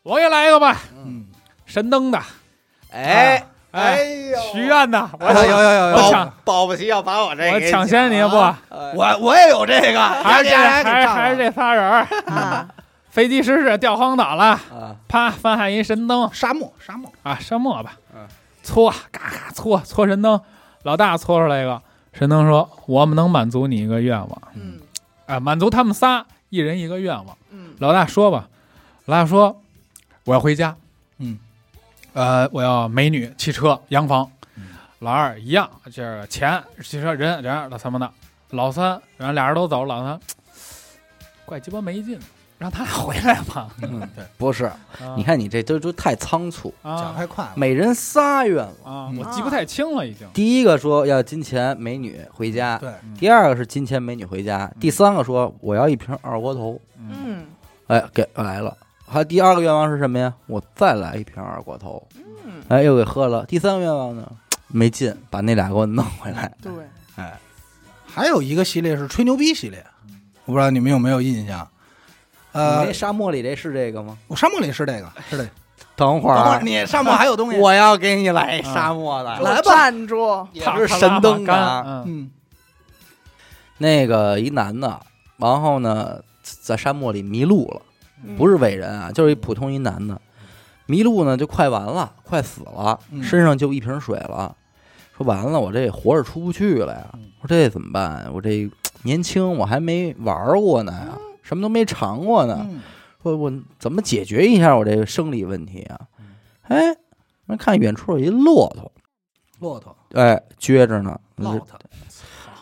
我给来一个吧，嗯，神灯的，哎哎，呦许愿的，哎有我有有我有，抢保不齐要把我这我给抢先你啊抢了不？哎我我也有这个，还是这家还是还是这仨人儿，啊飞机失事掉荒岛了，啊，啪翻下一神灯沙漠沙漠，啊，沙漠吧嗯，搓嘎嘎搓搓神灯，老大搓出来一个神灯说，我们能满足你一个愿望，嗯啊，满足他们仨一人一个愿望。嗯，老大说吧，老大说我要回家，嗯，呃，我要美女、汽车、洋房。嗯老二一样，就是钱、汽车、人，然后什么的。老三，然后俩人都走，老三怪鸡巴没劲，让他俩回来吧。嗯对，不是，啊你看你这都都太仓促，讲啊太快了。每人仨愿望。啊，嗯我记不太清了，已经。第一个说要金钱美女回家，对，嗯第二个是金钱美女回家，第三个说我要一瓶二锅头，嗯，嗯哎，给来了。还有第二个愿望是什么呀？我再来一瓶二锅头，嗯，哎，又给喝了。第三个愿望呢？没劲，把那俩给我弄回来。对，还有一个系列是吹牛逼系列，我不知道你们有没有印象？你呃那，沙漠里这是这个吗？我沙漠里是这 个，是这个。等会等会儿儿，你沙漠还有东西，我要给你来一沙漠的，给来我吧站住！也是神灯的干，啊。嗯嗯，那个一男的，然后呢，在沙漠里迷路了，嗯不是伟人啊，就是一普通一男的，迷路呢就快完了，快死了，嗯身上就一瓶水了。说完了，我这活着出不去了呀！嗯我说这怎么办呀？我这年轻，我还没玩过呢呀，什么都没尝过呢。嗯说我怎么解决一下我这个生理问题啊？哎，那看远处有一骆驼，骆驼，哎，撅着呢。我落就他，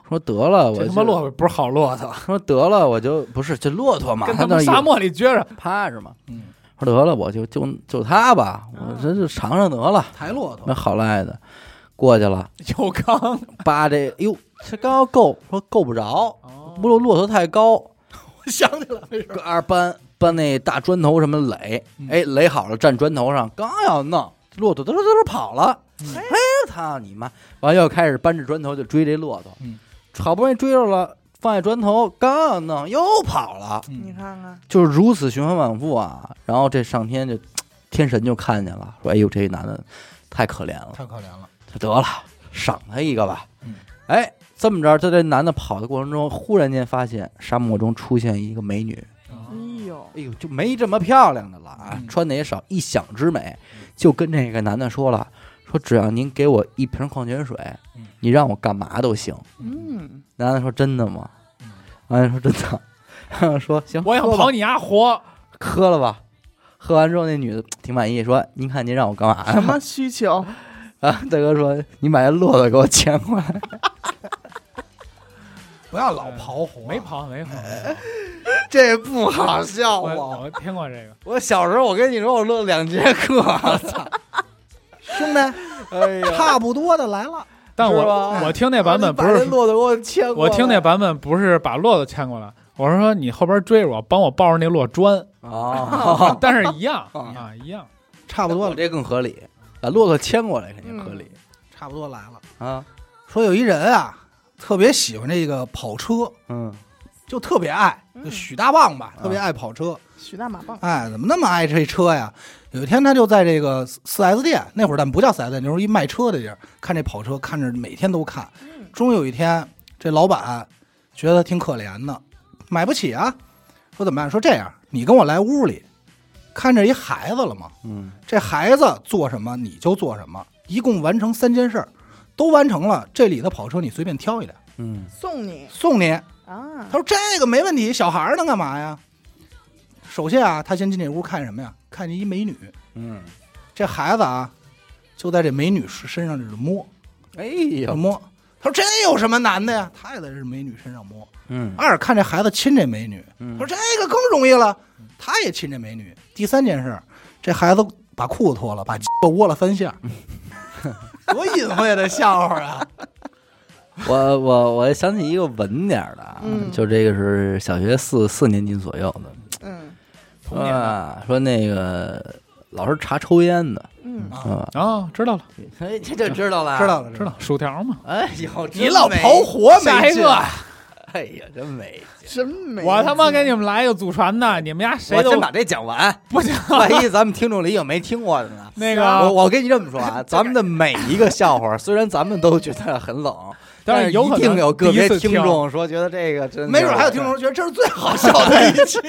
说得了，我这他就妈骆驼不是好骆驼，说得了，我就不是这骆驼嘛，跟它他妈那沙有漠里撅着， 趴着嘛。嗯，说得了，我就就就它吧，我这就尝尝得了，抬骆驼那，好赖的。过去了，有刚，扒这，哟，这刚要够，说够不着，不骆驼太高，我想起来了，没事儿，搁二搬搬那大砖头什么垒嗯，哎，垒好了站砖头上，刚要弄，骆驼嘚嘚嘚跑了，哎，操你妈！完又开始搬着砖头就追这骆驼嗯，好不容易追着了，放下砖头，刚要弄又跑了，你嗯看看，就是如此循环往复啊。然后这上天就天神就看见了，说：“哎呦，这男的太可怜了，太可怜了，他得了，赏他一个吧。嗯”哎，这么着，在这男的跑的过程中，忽然间发现沙漠中出现一个美女。哎嗯呦，哎呦，就没这么漂亮的了啊，嗯穿的也少，一想之美，就跟这个男的说了，说只要您给我一瓶矿泉水嗯，你让我干嘛都行。嗯，男的说真的吗嗯？男的说真的， 然后说行，我想喝吧跑你丫活，喝了吧。喝完之后，那女的挺满意，说：“您看您让我干嘛 什呀么需求？？”啊，大哥说：“你把那骆驼给我牵过来。不要老刨活，没，跑没跑， 没”这不好跑笑啊我！我听过这个，我小时候，我跟你说，我乐两节课，我操！兄弟，哎呀，差不多的来了，但是我吧我听那版本不是骆驼给我牵我听那版本不是把骆驼牵过来，我是说你后边追着我，帮我抱着那摞砖， 哦，但是一样啊啊，一样。差不多我了，这更合理，把骆驼牵过来肯定合理、差不多来了。啊。说有一人啊，特别喜欢这个跑车，嗯，就特别爱，就许大棒吧，嗯特别爱跑车。许大马棒，哎，怎么那么爱这车呀？有一天他就在这个四 S 店，那会儿咱不叫四 S 店，就是一卖车的地儿，看这跑车，看着每天都看。终于有一天，这老板觉得他挺可怜的，买不起啊，说怎么办？说这样，你跟我来屋里，看着一孩子了吗？嗯，这孩子做什么你就做什么，一共完成三件事儿，都完成了。这里的跑车你随便挑一辆，嗯，送你送你。啊他，说这个没问题，小孩儿能干嘛呀？首先啊，他先进这屋看什么呀？看见一美女，嗯，这孩子啊，就在这美女身上就是摸，哎就呦，摸。他说这有什么难的呀？他也在这美女身上摸。嗯二看这孩子亲这美女，嗯他说这个更容易了，他也亲这美女。第三件事，这孩子把裤子脱了，把鸡巴窝了三下，多隐晦的笑话啊！我我我想起一个稳点儿的啊，嗯就这个是小学四四年级左右的，嗯童年的啊，说那个老师查抽烟的，嗯，啊，哦，知道了，哎，这就知道了，知道了，知道，薯条嘛。哎呦，你老刨活下没一劲个，哎呀，真没劲。真美，我他妈给你们来一个祖传的，你们家谁我都先把这讲完，不行。万一咱们听众里有没听过的呢？那我个，我跟你这么说啊，咱们的每一个笑话，虽然咱们都觉得很冷，但但是是有可一能定有个第一别次听听众说觉得这个真的，没准还有听众觉得这是最好笑的一期。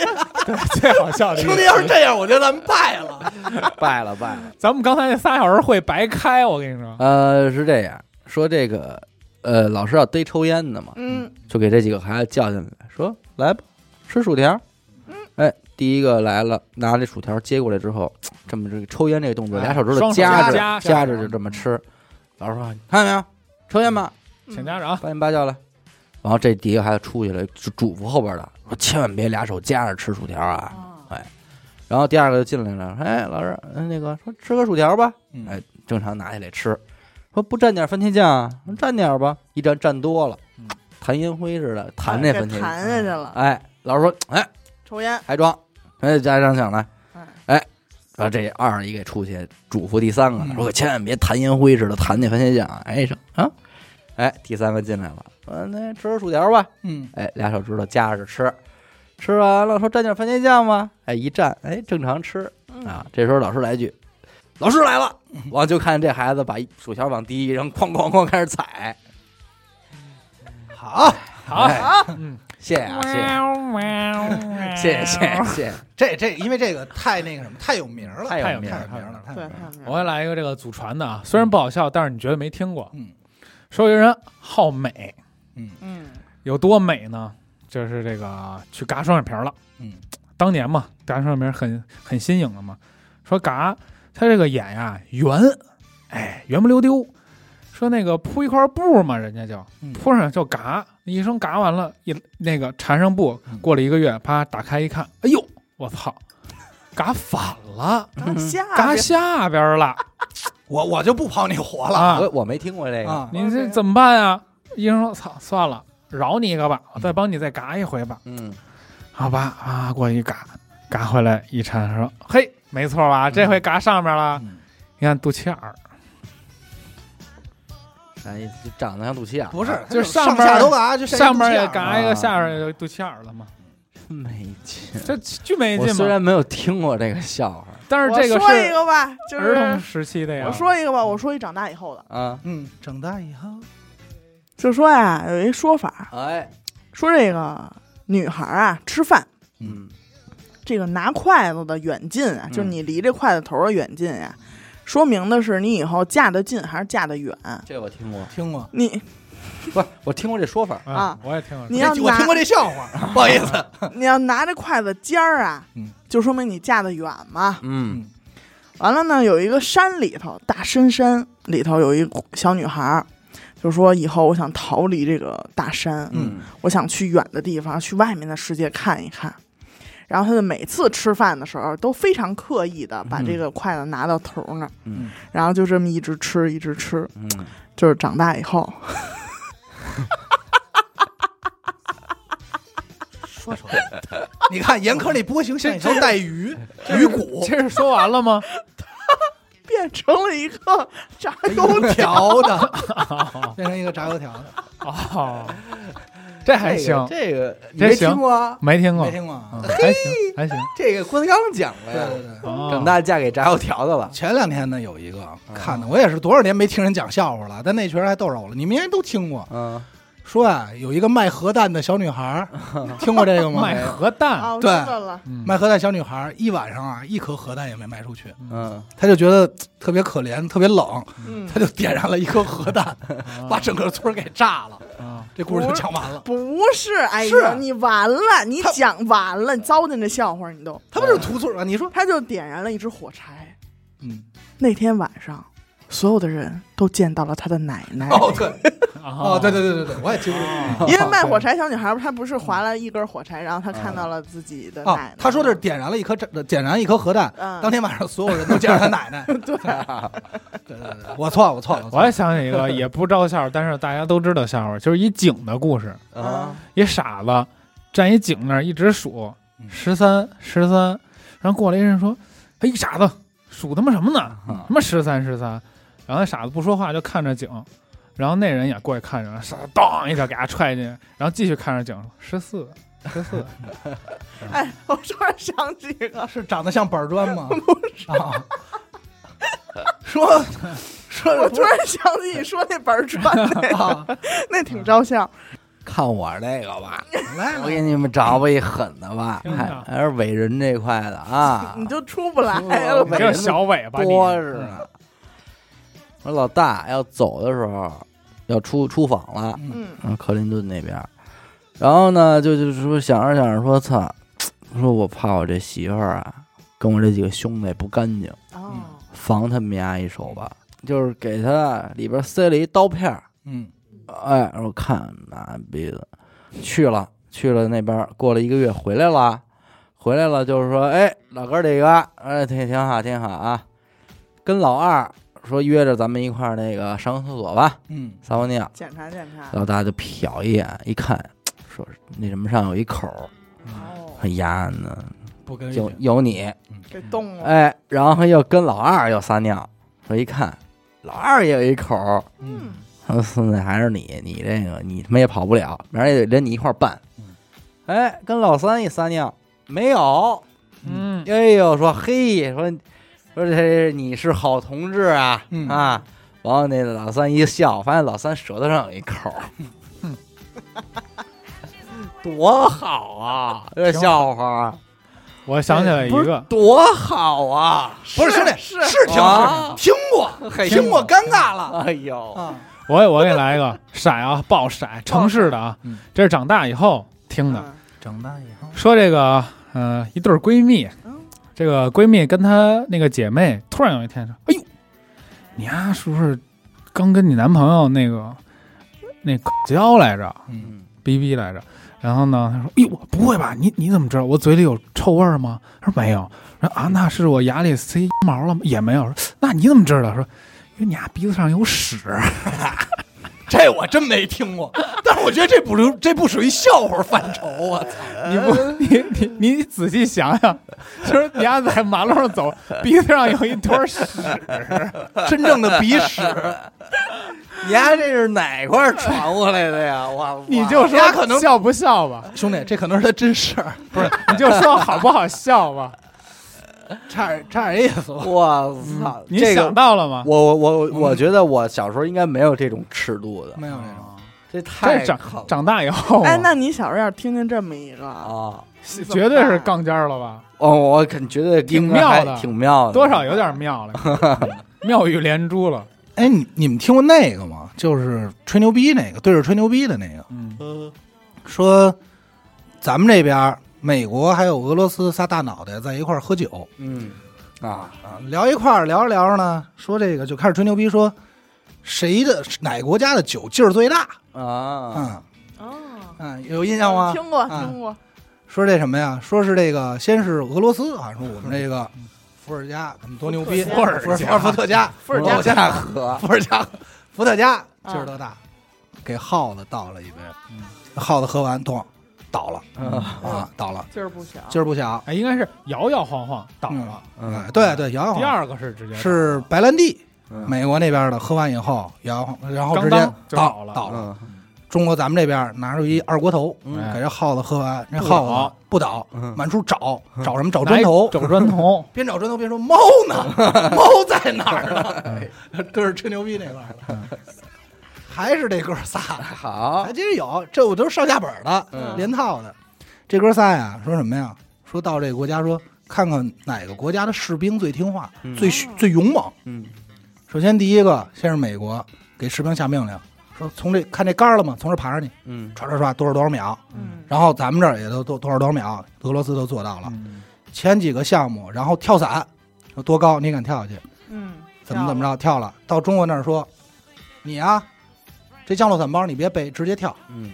对， 最好笑的一兄弟，个。要是这样，我觉得咱们败了。 败了败 了。咱们刚才那仨小时会白开，我跟你说。呃，是这样说，这个呃，老师要逮抽烟的嘛，嗯就给这几个孩子叫进来，说来吧，吃薯条。哎，第一个来了，拿这薯条接过来之后，这么这个抽烟这个动作，哎俩手指头双手夹着夹嗯夹夹着着就这么吃。老师说，看见没有，抽烟吧。请家长，把你爸叫来。然后这第一个孩子出去了，就嘱咐后边的说：“千万别俩手夹着吃薯条啊！”啊然后第二个就进来了，哎，老师，嗯那个说吃个薯条吧，嗯哎，正常拿起来吃，说不蘸点番茄酱啊，蘸点吧，一蘸蘸多了嗯，弹烟灰似的弹那这番茄酱，谈下去了，哎，老师说，哎，抽烟，还装，哎，家长想来哎，嗯哎，然后这二一给出去嘱咐第三个嗯呢，说可千万别弹烟灰似的弹那番茄酱啊，哎上啊，哎，第三个进来了，说那吃点薯条吧，嗯，哎，俩手指头夹着吃，吃完了说蘸点番茄酱吗？哎，一蘸，哎，正常吃嗯啊。这时候老师来一句：“老师来了！”完就看这孩子把薯条往地一扔，哐哐哐开始踩。好，好，哎嗯，谢谢啊，谢 谢，谢谢，谢谢，谢谢，这这因为这个太那个什么，太有名了，太有名太有儿，名了，太有对，名了。我再来一个这个祖传的啊，虽然不好笑，但是你绝对没听过。嗯说有人好美，嗯有多美呢？就是这个去嘎双眼皮儿了。嗯，当年嘛，嘎双眼皮儿很很新颖的嘛。说嘎，他这个眼呀圆，哎，圆不溜丢。说那个铺一块布嘛，人家就嗯铺上就嘎，医生嘎完了，一那个缠上布嗯，过了一个月，啪打开一看，哎呦，我操，嘎反 了，刚啊下嘎边下边了我我就不跑你活了啊！我我没听过这个，啊！你这怎么办呀？医生说，操，算了，饶你一个吧，我嗯再帮你再嘎一回吧。嗯，好吧，啊，过去嘎，嘎回来一缠，说，嘿，没错吧？这回嘎上面了，嗯你看肚脐眼儿，啥意思？就哎长得像肚脐眼儿，不是，就上上边下都啊嘎，就上面面也嘎一啊个，下边也就肚脐眼儿了嘛。没劲。这巨没嗯我劲虽嘛。然没有听过这个笑话但是我这个说一是个吧，就儿童是时期的呀我。说一个吧，我说一长大以后的，啊，嗯，长大以后，就说呀，有一说法，哎，说这个女孩啊吃饭，嗯这个拿筷子的远近啊，嗯就是你离这筷子头儿的远近呀、说明的是你以后嫁得近还是嫁得远。这我听过，听过。 你不是我听过这说法，啊我也听过。 你要这我拿听过这笑话，不好意思。你要拿着筷子尖儿啊嗯，就说明你嫁得远嘛。嗯完了呢，有一个山里头，大深山里头有一小女孩儿，就说以后我想逃离这个大山，嗯我想去远的地方，去外面的世界看一看。然后她就每次吃饭的时候都非常刻意的把这个筷子拿到头儿那儿，嗯然后就这么一直吃，一直吃，嗯，就是长大以后， 说说，你看严苛那波形像一条带鱼，鱼骨这是说完了吗？变成了一个炸油油条的，变成一个炸油条的，哦，这还行，哎这个这个你这没行听过啊？没听过没，听过啊嗯？还行还行。这个郭德纲讲了对对呀，对。哦长大嫁给炸油条的了，前两天呢，有一个看的，我也是多少年没听人讲笑话了，但那群人还逗着我了。你们应该都听过，嗯，说啊，有一个卖核弹的小女孩儿， 听过这个吗？卖核弹，啊！我知对道了，嗯卖核弹小女孩儿一晚上啊，一颗核弹也没卖出去，嗯，她就觉得嘖特别可怜，特别冷，嗯，她就点燃了一颗核弹，啊把整个村儿给炸了。啊这故事就讲完了。不是，哎是呀，你完了，你他讲完了，你糟践这笑话，你都。他们就是屠村啊，你说，他就点燃了一支火柴。嗯，那天晚上，所有的人都见到了他的奶奶，哦对，哦哦对对对对对，我也听过这 因为卖火哦柴小女孩，她不是划了一根火柴，然后她看到了自己的个。奶啊奶。，他嗯说这是点燃了一颗炸，点燃一颗核弹，嗯当天晚上所有人都见着他奶奶。 对，啊对对对，我错了，我错了，我错也了。想起一个，也不招笑，但是大家都知道笑话，就是一井的故事。啊，一傻子站一井那儿一直数嗯十三十三，然后过来一人说：“哎，傻子，数他妈什么呢？嗯什么十三十三？”然后那傻子不说话，就看着井，然后那人也过去看着，傻子当一下给他踹进去，然后继续看着井，十四十四，哎，我突然想起一个，是长得像板砖吗？ 不是啊，说说我突然想起你说那板 砖那个，啊， 那挺招笑。看我这个吧，来我吧给你们找吧一狠的吧，听着还还是伟人这块的啊，你就出不来我了嗯你，这小尾巴，你啊多着呢。我说老大要走的时候，要出出访了，嗯嗯，嗯，克林顿那边儿。然后呢，就就是说想着想着说，操，说我怕我这媳妇儿啊，跟我这几个兄弟不干净，嗯哦，防他们家一手吧。就是给他里边塞了一刀片儿，嗯哎，我看妈逼的，去了去了那边儿，过了一个月回来了，回来了就是说，哎，老哥儿几个，哎，挺挺好挺好啊，跟老二说约着咱们一块儿那个上个厕所吧，嗯撒泡尿。检查检查。老大就瞟一眼，一看，说是那什么上有一口儿，嗯哎哦，很压暗呢，不跟嗯有有你，给冻了。哎，然后又跟老二又撒尿，说一看，老二也有一口儿，嗯，说孙子还是你，你这个你他妈也跑不了，明儿也得连你一块儿办嗯。哎，跟老三一撒尿，没有，嗯， 哎呦，说嘿，说说这你是好同志啊、嗯啊！然后那老三一笑，发现老三舌头上有一口 儿，多好啊！这笑话我想起来一不是个，多好啊！不是兄弟，是是挺好啊听过，嘿听过尴尬了哎呦，啊，我我给来一个 色啊，爆色，城市的啊嗯，这是长大以后听的。嗯长大以后，说这个，呃，一对儿闺蜜嗯，这个闺蜜跟她那个姐妹突然有一天说：“哎呦，你呀、是不是刚跟你男朋友那个那交来着，嗯，嗯，逼逼来着。然后呢，他说：“哎呦，不会吧？你你怎么知道我嘴里有臭味儿吗？”他说：“没有。”然后啊，那是我牙里塞羊毛了吗？也没有。说那你怎么知道？说因为你啊牙鼻子上有屎。啊这我真没听过， 但是我觉得这不流，这不属于笑话范畴啊。你不，你你你仔细想想，就是你要在马路上走，鼻子上有一坨屎，真正的鼻屎， 你丫这是哪块儿传过来的 呀？我你就说他可能笑不笑吧？兄弟，这可能是他真事儿，不是，你就说好不好笑吧？差点差点意思吧。我嗯操，你这想个到了吗？我我我我觉得我小时候应该没有这种尺度的，没有没有，这这太长坑了长大以后啊，哦哎，那你小时候要是听见这么一个，啊！绝对是杠尖儿了吧？哦，我肯觉得挺应该还妙的挺妙的，多少有点妙了，妙语连珠了。哎，你你们听过那个吗？就是吹牛逼那个，对着吹牛逼的那个，嗯嗯，说咱们这边儿美国还有俄罗斯仨大脑袋在一块儿喝酒，嗯啊，啊，聊一块儿聊着聊着呢，说这个就开始吹牛逼说。谁的哪国家的酒劲儿最大？啊，嗯哦，嗯，有印象吗？听过啊听过，说这什么呀？说是这个，先是俄罗斯啊，说我们这个伏尔加我们多牛逼，伏尔加伏伏伏特加，伏尔加伏加 喝伏尔加，伏特加劲儿多大，给耗子倒了一杯嗯，耗子喝完，咚，倒了啊啊，倒了，劲儿不小，劲儿不小。哎，应该是摇摇晃晃倒了。哎，对对，摇摇第晃二个是直接倒是白兰地，嗯美国那边的，喝完以后摇摇晃，然后直接刚刚就倒倒了倒了。嗯中国咱们这边拿出一二锅头，嗯给这耗子喝完，这不耗子倒不倒，嗯满处找找什么找拿砖一头，找砖头，边找砖头边说猫呢，猫在哪儿呢？对着吹牛逼那块儿了，还是这哥仨，好还，真有，这我都是上下本儿的，嗯连套的。这哥仨呀，说什么呀？说到这个国家说。看看哪个国家的士兵最听话、嗯最最勇猛。嗯首先第一个先是美国给士兵下命令，说从这看这杆儿了吗？从这爬上去，嗯唰唰唰多少多少秒。嗯，然后咱们这儿也都多多少多少秒，俄罗斯都做到了。嗯前几个项目，然后跳伞，说多高你敢跳下去？嗯，怎么怎么着跳了，到中国那儿说，你啊，这降落伞包你别背，直接跳。嗯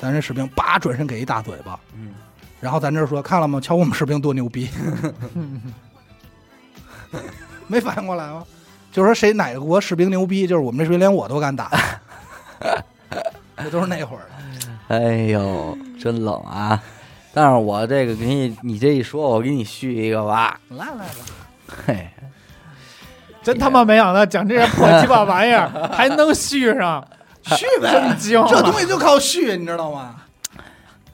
咱这士兵叭转身给一大嘴巴，嗯，然后咱这儿说看了吗？瞧我们士兵多牛 逼，嗯没反应过来吗？就是说谁哪个国士兵牛逼，就是我们这士兵连我都 敢打，这都是那会儿的。哎呦，真冷啊！但是我这个给你，你这一说，我给你续一个吧。来来来，嘿，真他妈没想到，讲这些破鸡巴玩意儿还能续上，续 呗啊真，精这东了！西就靠续，你知道吗？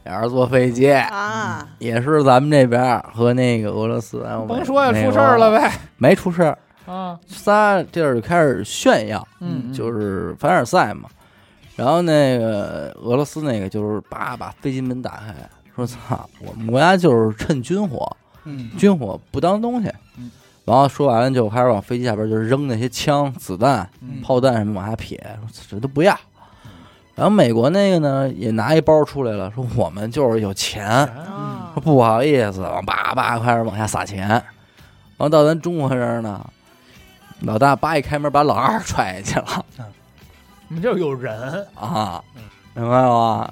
俩人坐飞机，啊，也是咱们这边儿和那个俄罗斯，还有美甭说呀，美国出事儿了呗。没出事儿，啊，仨地儿就开始炫耀，嗯就是凡尔赛嘛。然后那个俄罗斯那个就是叭把飞机门打开，说操，我们国家就是趁军火，嗯，军火不当东西嗯。然后说完了就开始往飞机下边就是扔那些枪、子弹、嗯炮弹什么往下撇，说这都不要。然后美国那个呢也拿一包出来了，说我们就是有钱，嗯啊说不好意思，往叭叭开始往下撒钱。然后到咱中国这儿呢，老大叭一开门把老二踹下去了我们这儿有人，啊，明白吗？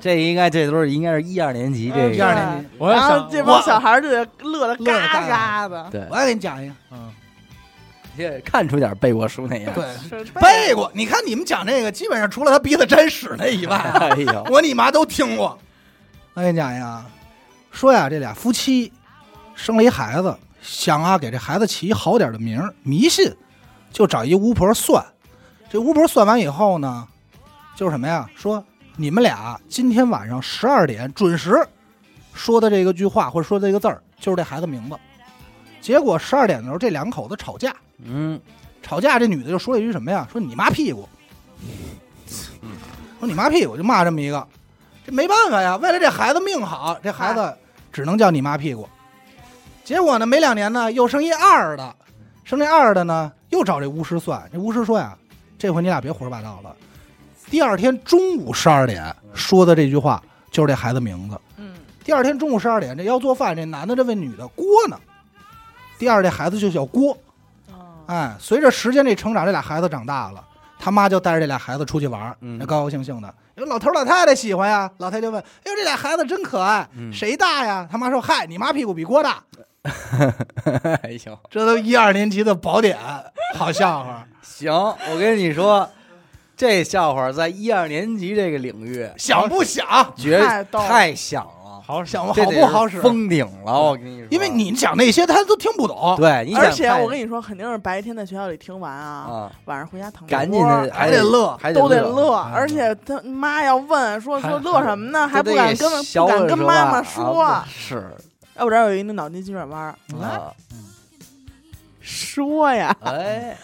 这应该这都是应该是一二年级这嗯第个二是年级，我也然想后这帮我小孩儿就得乐得乐得嘎嘎嘎的，对我，也给你讲一个，嗯也看出点背过书那样。对，是背过。你看你们讲这个，基本上除了他鼻子沾屎那以外，哎 呦，我你妈都听过。我跟你讲哎呀，说呀，这俩夫妻生了一孩子，想啊给这孩子起一好点的名儿，迷信，就找一巫婆算。这巫婆算完以后呢，就是什么呀？说你们俩今天晚上十二点准时说的这个句话或者说的这个字儿，就是这孩子名字。结果十二点的时候，这两口子吵架，嗯，吵架这女的就说了一句什么呀？说你妈屁股，说你妈屁股，就骂这么一个。这没办法呀，为了这孩子命好，这孩子只能叫你妈屁股。结果呢，没两年呢，又生一二的，生这二的呢，又找这巫师算。这巫师说呀，这回你俩别胡说八道了。第二天中午十二点说的这句话就是这孩子名字。嗯，第二天中午十二点，这要做饭，这男的这问女的锅呢，第二这孩子就叫锅。哦哎，随着时间这成长，这俩孩子长大了，他妈就带着这俩孩子出去玩儿，嗯那高高兴兴的。因为老头儿老太太喜欢呀，老太太就问：“哎呦，这俩孩子真可爱，嗯谁大呀？”他妈说：“嗨，你妈屁股比锅大。哎呦，”这都一二年级的宝典，好笑话， 行，我跟你说，这笑话在一二年级这个领域想不想？绝太逗 了太响了，好想想好这得不好是使？封顶了，我跟你说，因为你讲那些他都听不懂，对，你想而且太我跟你说，肯定是白天在学校里听完啊，啊，晚上回家躺赶紧窝的，还还得乐还都得得乐，嗯而且他妈要问说还说乐什么呢，还都得不敢跟不小敢的跟时候妈啊妈啊说。哎不是要不然有一个脑筋急转弯儿，啊，说呀 哎，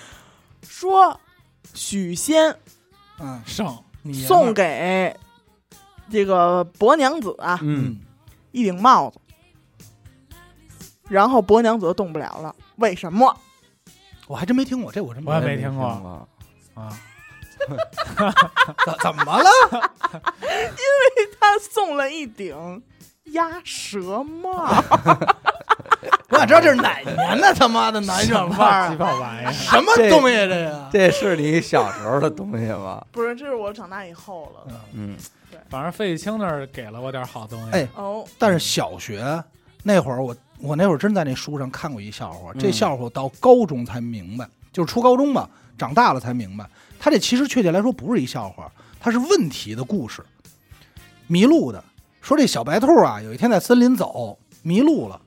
说，许仙嗯，上你爷们儿送给这个伯娘子啊嗯，一顶帽子，然后伯娘子就动不了了，为什么？我还真没听过这，我真我也没没听听过过，啊，怎怎么了？ 他送了一顶鸭舌帽， 我想知道这是哪年的他妈的南什省么范儿鸡啊，巴玩意儿？什么 这东西啊这个？这是你小时候的东西吗？不是，这是我长大以后了的。嗯，反正费玉清那儿给了我点好东西。哎哦，但是小学那会儿我，我那会儿真在那书上看过一笑话，这嗯笑话我到高中才明白，就是初高中吧，长大了才明白，它这其实确切来说不是一笑话，它是问题的故事。迷路的说这小白兔啊，有一天在森林走迷路了，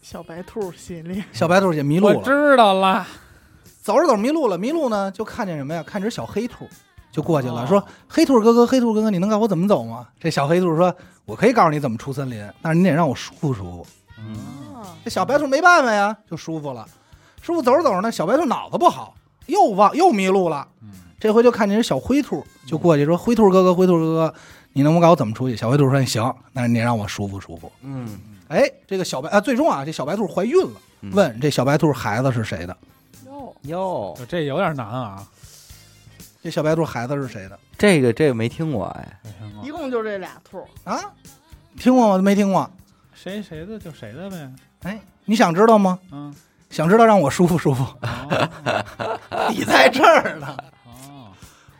小白兔系列，小白兔也迷路我了，知道了，走着走着迷路了，迷路呢就看见什么呀？看只小黑兔，就过去了，哦说：“黑兔哥哥，黑兔哥哥，你能告诉我怎么走吗？”这小黑兔说：“我可以告诉你怎么出森林，但是你得让我舒服舒服。”嗯啊这小白兔没办法呀，就舒服了。师傅走着走着呢，小白兔脑子不好，又忘又迷路了。这回就看见这小灰兔，就过去说：“灰兔哥哥，灰兔哥哥，你能不能告诉我怎么出去？”小灰兔说：“行，但是你得让我舒服舒服。”嗯，哎，这个小白啊，最终啊，这小白兔怀孕了，嗯问这小白兔孩子是谁的？哟，哟，这有点难啊，这小白兔孩子是谁的？这个这个没听过哎，没听过一共就这俩兔，啊，听过吗？没听过。谁谁的就谁的呗。哎，你想知道吗？嗯，想知道让我舒服舒服。哦 你在这儿呢，哦，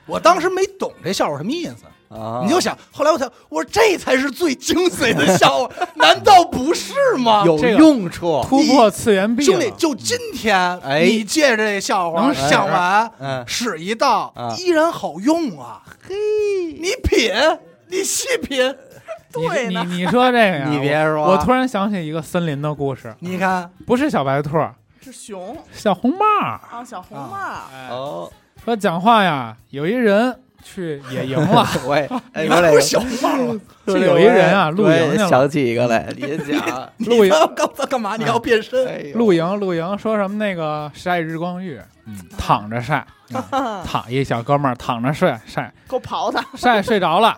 我当时没懂这笑话什么意思，啊，你就想，后来我才，我说这才是最精髓的笑话，难道不是吗？哦有这个用处，突破次元壁了，兄弟，就今天，哎你借着这笑话能使想完，嗯，使一道，啊依然好用啊！嘿，你品，你细品，你对你呢你说这个呀，你别说我，我突然想起一个森林的故事，你看，不是小白兔，是熊小红帽儿。啊，小红帽，哎，哦，说讲话呀，有一人去野营了，我 也，哎，你我们来不是，小帽吗？ 就有一人啊露我也营去了，想起一个来，你 讲，你露营要干干嘛？你要变身？哎呦露营露营，说什么那个晒日光浴，嗯躺着晒，啊 哈，躺一小哥们儿躺着睡晒给我刨它，晒睡着了，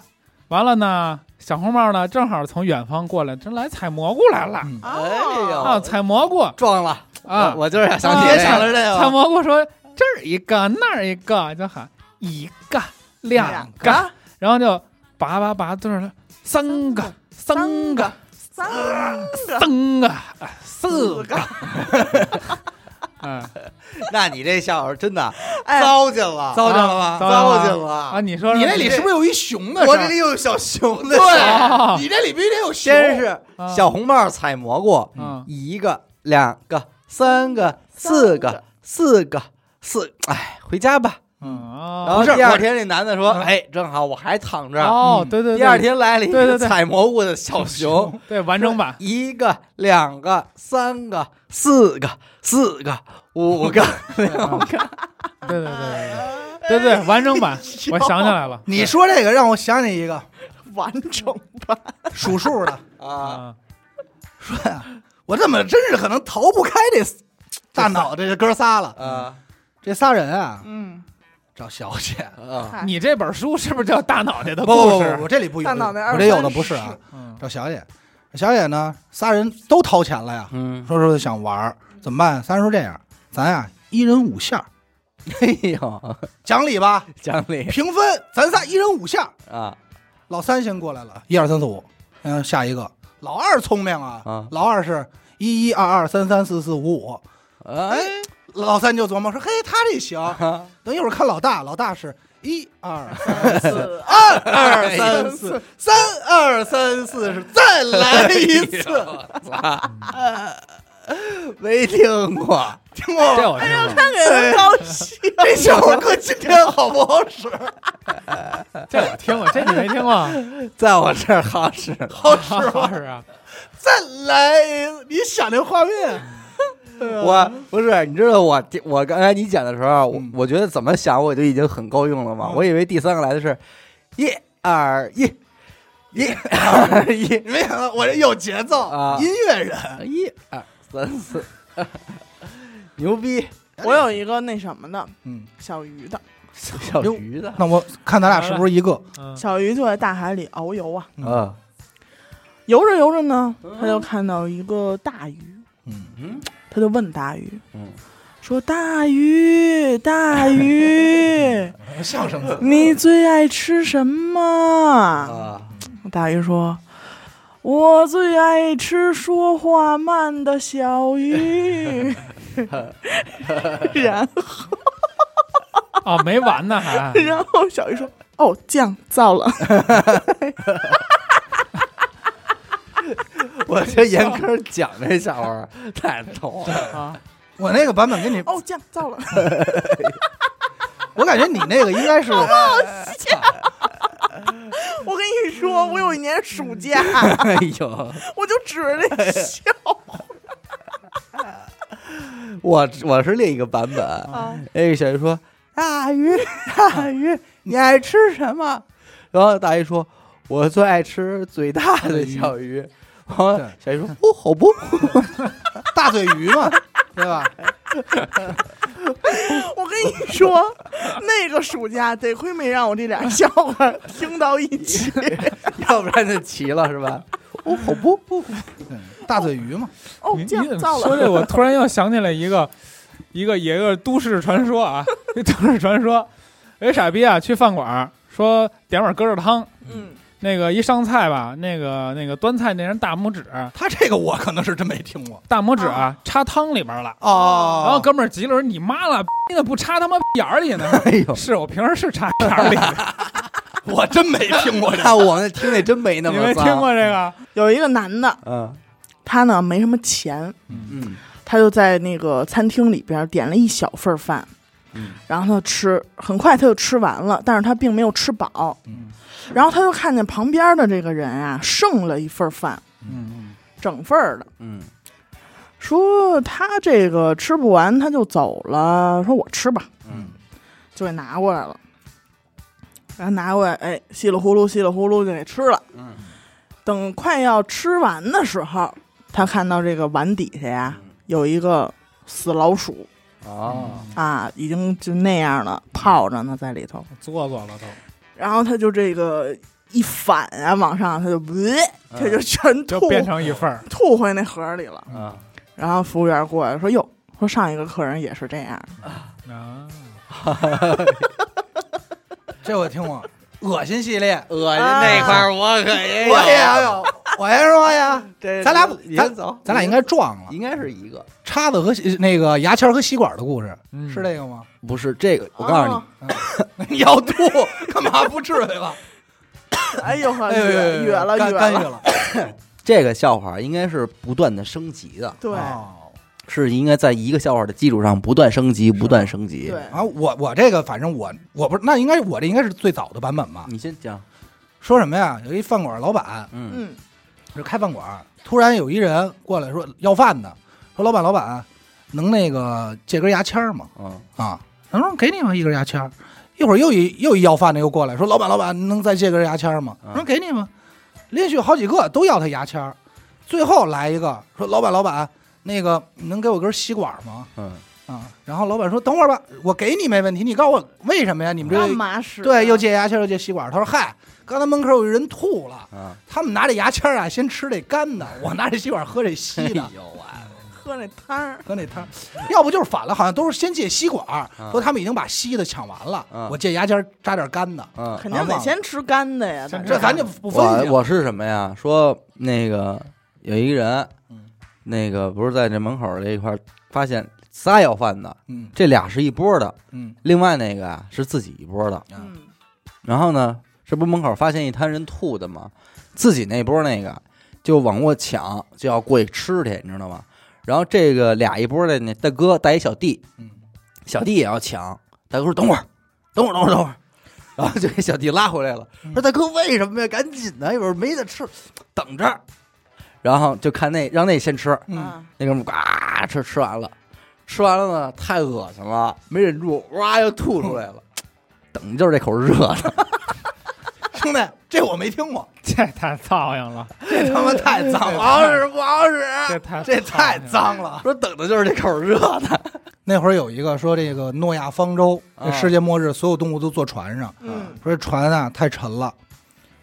完了呢，小红帽呢正好从远方过来，真来采蘑菇来了嗯哎呦啊，采蘑菇撞了啊我，我就是想啊起别这想个了这采个，蘑菇说这儿一个那儿一个，就喊一个两个，个，然后就拔拔拔，就是说三个三个三个，三个哎四四个，个，嗯那你这笑话真的哎，糟践了，糟践了吧？啊糟了践啊，了。你说你那里是不是有一熊的事儿？我这里有小熊的，啊对，你这里必须得有熊。先是啊小红帽采蘑菇，嗯一个、两个、三个、三四个个、四个、四，哎，回家吧。嗯然啊后不是第我二天，这男的说：“哎，正好我还躺这儿。哦嗯对”对对，第二天来了一对对个对采蘑菇的小熊，对完 整版一个、两个、三个、四个、四个、五 个，对对对对对对对完整版，我想起来了，你说这个让我想起一个完整版，数数的， 啊，啊，我怎么真是可能逃不开 这大脑袋这哥仨了。啊 这仨人啊，嗯，找小姐。啊，嗨你这本书是不是叫《大脑袋的不不故不事》不，我这里不有，大脑袋二我这有的不是啊三。嗯？找小姐，小姐呢，仨人都掏钱了呀，嗯，说说想玩儿，怎么办？仨人说这样，咱呀一人五下，哎呦，讲理吧， 讲理平分，咱仨一人五下。啊老三先过来了，一二三四五，嗯，下一个老二聪明啊，啊老二是一一二二三三四四五五，哎，老三就琢磨说：“嘿，他这行。” 等一会儿看老大，老大是一二 三四，啊二二三四，三二三四，是再来一次，哎 没听过，听过吗？这我听过，看给他高兴， 这小哥今天好不好使？这我听过，这你没听过？在我这儿好使了。好使吗？是啊，再来一次，你想那画面，啊我不是，你知道我我刚才你讲的时候，啊我嗯我觉得怎么想我就已经很够用了嘛。嗯我以为第三个来的是一二一，一二一，你没想到我这有节奏，啊音乐人，一二三四， 牛逼！啊我有一个那什么的嗯，小鱼的，小鱼的，那我看咱俩是不是一个？嗯小鱼就在大海里遨游啊，嗯游着游着呢，他就看到一个大鱼，嗯，嗯他就问大鱼嗯，说：“大鱼，大鱼，相声的你最爱吃什么啊，？”大鱼说。我最爱吃说话慢的小鱼，然后，哦，没完呢还 然后小鱼说：“哦，酱造了。”我这严苛讲这笑话太逗了，啊，我那个版本跟你，哦，酱造了。我感觉你那个应该是，我跟你说，我有一年暑假， 哎呦，我就指着那笑我我是另一个版本。啊，那个小鱼说：“大鱼，大鱼，你爱吃什么？”然后大鱼说：“我最爱吃嘴大的小鱼。”然后对小鱼说：“哦，好不，大嘴鱼 嘛，对吧？ 我跟你说，那个暑假得亏没让我这俩笑话听到一 起。要不然就齐了是吧？哦，好不，对大嘴鱼嘛，哦你，你酱怎造么说这，了。我突然又想起来一个一个一个都市传说啊， 这都市传说，有一傻逼啊去饭馆儿说点碗疙瘩汤，嗯，那个一上菜吧，那个那个端菜那人大拇指，他这个我可能是真没听过大拇指啊插汤里边了。哦然后哥们儿急了，说：“你妈了，你怎么不插他妈眼儿里呢？”哎呦，是我平时是插眼儿里的，我真没听过这那我那听那真没那 你么没脏。听？过这个？有一个男的，嗯他呢没什么钱，嗯他就在那个餐厅里边点了一小份儿饭，嗯然后他就吃，很快他就吃完了，但是他并没有吃饱。嗯然后他就看见旁边的这个人啊，剩了一份儿饭，嗯，整份儿的。嗯说他这个吃不完他就走了，说我吃吧，嗯，就给拿过来了。然后拿过来，哎，稀里糊涂稀里糊涂就给吃了。嗯，等快要吃完的时候，他看到这个碗底下呀有一个死老鼠哦，嗯啊，已经就那样了，泡着呢在里头。做做了都，然后他就这个一反啊往上，他就、嗯呃，他就全吐就变成一 份儿。吐回那盒里了。啊，然后服务员过来说：“哟，说上一个客人也是这样。”啊，这我听过，恶心系列， 恶心那块儿我可哎也哎我也要有，我先说呀，这咱俩你咱先走， 咱俩应该撞了，应该是一个，叉子和那个牙签和吸管的故事，嗯是这个吗？不是这个。我告哦诉你，哦 你要吐干嘛？不至于吧？你，哎呦呵， 哎呦，远远了干远干预了，了，这个笑话应该是不断的升级的，对哦是应该在一个笑话的基础上不断升级，不断升级。对，啊，我我这个反正我我不是，那应该我这应该是最早的版本吧？你先讲，说什么呀？有一饭馆老板嗯嗯，是开饭馆，突然有一人过来说要饭的，说老板老板，能那个借根牙签儿吗？嗯啊，他说给你吧，一根牙签儿。一会儿又一又一要饭的又过来说，老板老板，能再借根牙签儿吗？嗯说给你吧，连续好几个都要他牙签儿，最后来一个说老板老板，那个你能给我根吸管吗？嗯啊，然后老板说等会儿吧，我给你没问题，你告诉我为什么呀？你们干这嘛使啊？对又借牙签儿又借吸管儿，他说嗨，刚才门口有人吐了，啊，他们拿这牙签儿啊先吃这干的，我拿这吸管儿喝这 稀哎的。喝那汤儿，喝那汤，要不就是反了，好像都是先借吸管儿，嗯说他们已经把稀的抢完了，嗯我借牙签儿扎点干的，嗯， 肯定得先吃干的呀。先吃这大家咱就不分析我了。我是什么呀？说那个有一个人，那个不是在这门口这一块儿发现仨要饭的，嗯这俩是一波的，嗯另外那个啊是自己一波的。啊嗯，然后呢，这不门口发现一摊人吐的吗？自己那波那个就往过抢，就要过去吃去，你知道吗？然后这个俩一波的那大哥带一小弟，嗯，小弟也要抢，大哥说等会儿，等会儿，等会儿，等会儿。然后就给小弟拉回来了，说大哥为什么呀？赶紧的，一会儿没得吃，等着。然后就看那让那先吃，嗯啊，那哥们儿呱吃吃完了，吃完了呢太恶心了，没忍住哇又吐出来了，等就是这口热的，兄弟，这我没听 过， 这太操心了，这 他妈太脏不了，好使不好使，这太这太操心了脏了。说等的就是这口热的，那会儿有一个说这个诺亚方舟，啊这世界末日，所有动物都坐船上，嗯，说这船啊太沉了，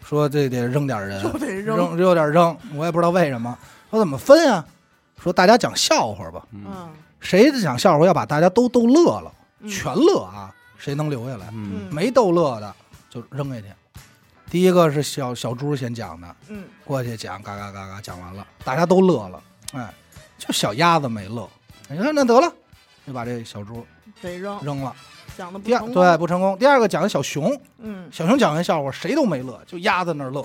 说这得扔点 人，又得扔，啊扔有点扔，我也不知道为什么。说怎么分啊？说大家讲笑话吧，嗯，谁讲笑话要把大家都逗乐了，嗯全乐啊，谁能留下来？嗯，没逗乐的就扔下去。第一个是小小猪先讲的，嗯过去讲，嘎嘎嘎嘎讲完了，大家都乐了，哎，就小鸭子没乐。你看那得了，就把这小猪得扔，扔了。讲的不第二成功对，不成功。第二个讲的小熊，嗯小熊讲完笑话谁都没乐，就鸭子那儿乐。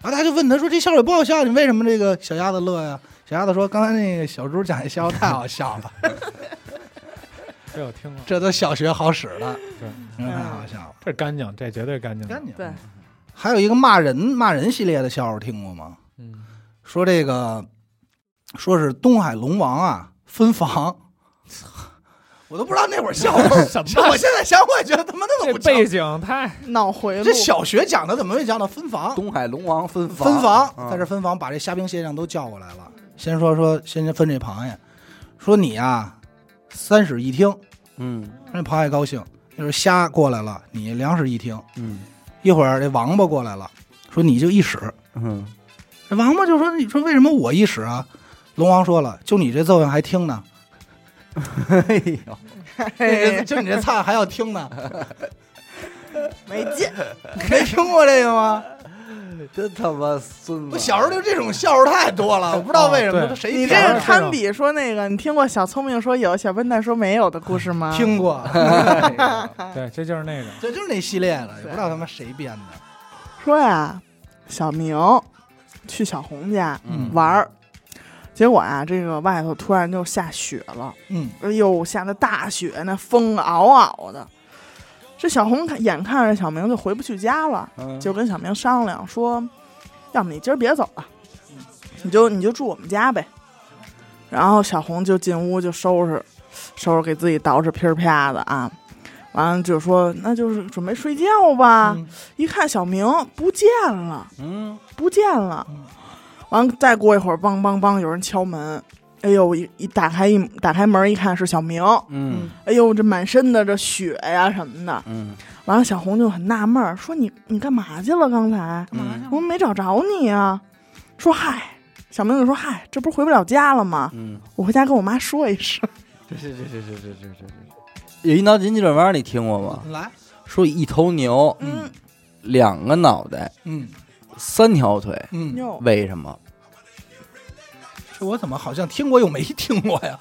然后大家就问他说：“这笑话也不好笑，你为什么这个小鸭子乐呀？”小鸭子说：“刚才那个小猪讲的笑话太好笑 了，这我听过，这都小学好使了，对真的太好笑了。嗯这干净，这绝对干净。赶紧，嗯对，还有一个骂人骂人系列的笑话听过吗？嗯，说这个，说是东海龙王啊分房，我都不知道那会儿笑话 什么我现在想我也觉得他妈那这么不背讲。景太脑回路，这小学讲的怎么会讲到分房？东海龙王分房分房，嗯在这分房把这虾兵蟹将都叫过来了。先说说，先分这螃蟹，说你啊，三室一厅，嗯那螃蟹高兴。那时候虾过来了，你两室一厅。嗯一会儿这王八过来了，说你就一室。 嗯，这王八就说：“你说为什么我一室啊？”龙王说了：“就你这揍样还听呢，哎呦，嘿就你这菜还要听呢，没劲，没听过这个吗？真他妈孙子！我小时候就这种笑话太多了，我不知道为什哦么对谁你这讲个的堪比说那个，你听过小聪明说有，小笨蛋说没有的故事吗？ 听过，哎 对，这就是那个这就是那系列了，也不知道他妈谁编的。说呀，小明去小红家嗯玩儿，结果啊，这个外头突然就下雪了，嗯哎呦，下的大雪，那风嗷嗷的。这小红看眼看着小明就回不去家了，嗯就跟小明商量说，要么你今儿别走了，你就你就住我们家呗。然后小红就进屋就收拾，收拾给自己捯饬噼儿啪的啊，完了就说那就是准备睡觉吧。嗯一看小明不见了，嗯不见了嗯。完了再过一会儿，梆梆梆，有人敲门。哎呦，一一打开一打开门一看是小明，嗯哎呦，这满身的这血呀、什么的。嗯完了，小红就很纳闷儿，说你你干嘛去了？刚才嗯我们没找着你啊。说嗨，小明就说嗨，这不是回不了家了吗？嗯，我回家跟我妈说一声。这这这这这这这这这，有一脑筋急转弯，你听过吗？嗯来，说一头牛，嗯，两个脑袋，嗯三条腿，嗯，哟，为什么？这我怎么好像听过又没听过呀？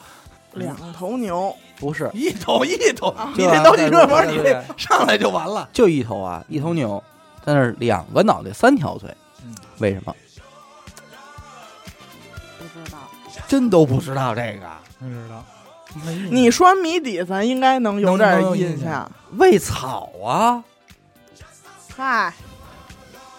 两头牛，不是，一头一头，对你这吧到底热对门，你对这对上来就完了。就一头啊，一头牛，但是两个脑袋，三条腿嗯，为什么？不知道。真都不知道这个。不知道，你说谜底，咱应该能有点印能能有印象象。喂草啊，嗨，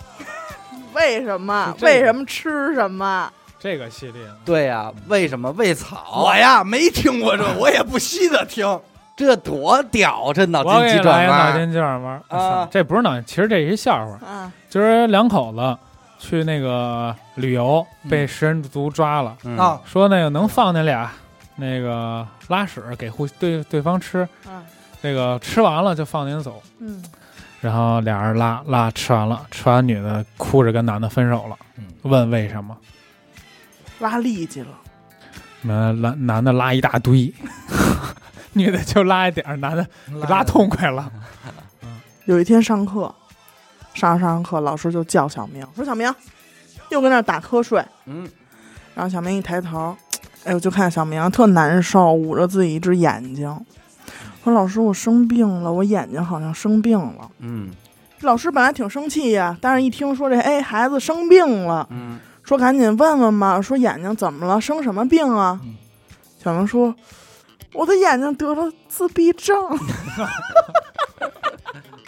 为什么？是这个为什么吃什么？这个系列对呀、为什么喂草？我呀没听过这，我也不稀得听。这多屌！这脑我筋给急你来转一脑弯，筋急转弯我啊操这不是脑筋，其实这是一笑话。啊，就是两口子去那个旅游，被食人族抓了，嗯啊，说那个能放那俩那个拉屎给互对对方吃，啊，那个吃完了就放您走。嗯，然后俩人拉拉吃完了，吃完女的哭着跟男的分手了，嗯问为什么？拉痢疾了，那男男的拉一大堆，女的就拉一点儿，男的嗯拉痛快了。有一天上课，上着上着课，老师就叫小明，说小明又跟那儿打瞌睡。嗯然后小明一抬头，哎，我就看小明特难受，捂着自己一只眼睛。我说老师，我生病了，我眼睛好像生病了。嗯老师本来挺生气呀、但是一听说这，哎，孩子生病了，嗯说赶紧问问吧，说眼睛怎么了，生什么病啊？嗯小明说，我的眼睛得了自闭症。嗯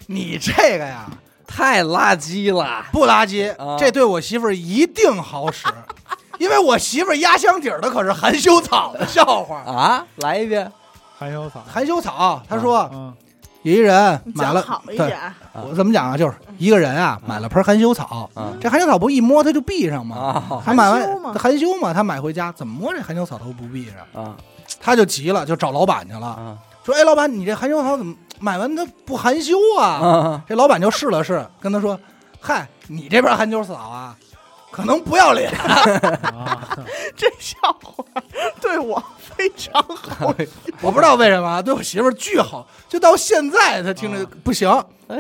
你这个呀太垃圾了，不垃圾啊，这对我媳妇儿一定好 使，因为我媳妇儿压箱底儿的可是含羞草的笑话。啊！来一遍，含羞草，含羞草，他说嗯，有一人买讲了，好一对点，嗯啊我怎么讲啊？就是一个人啊，买了盆含羞草，啊这含羞草不一摸它就闭上吗？啊他买含羞吗完含羞嘛，他买回家怎么摸这含羞草都不闭上，啊他就急了，就找老板去了，啊说：“哎，老板，你这含羞草怎么买完它不含羞啊？”啊！这老板就试了试，跟他说：“嗨，你这边含羞草啊，可能不要脸。啊，这笑话对我非常好。我不知道为什么啊，对我媳妇儿巨好，就到现在她听着啊不行。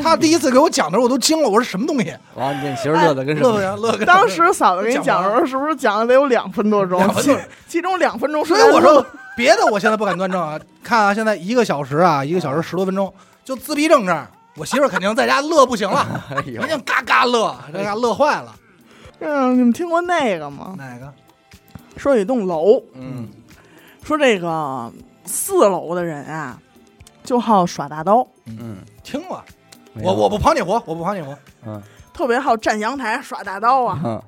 她第一次给我讲的时候，我都惊了，我说什么东西？哇，你媳妇乐的跟什乐么不？呀，乐个。当时嫂子给你讲的时候，是不是讲了得有两分多钟两？分其钟其中两分钟是所在以我乐说别的，我现在不敢端正啊。看啊，现在一个小时啊，一个小时十多分钟，就自闭症这儿，我媳妇儿肯定在家乐不行了，哎人呦，家嘎嘎乐，这嘎乐坏了。嗯，你们听过那个吗？哪个？说有一栋楼，嗯说这个四楼的人啊，就好耍大刀，嗯，听了，没我有我不跑你活，我不跑你活。嗯特别好站阳台耍大刀啊。嗯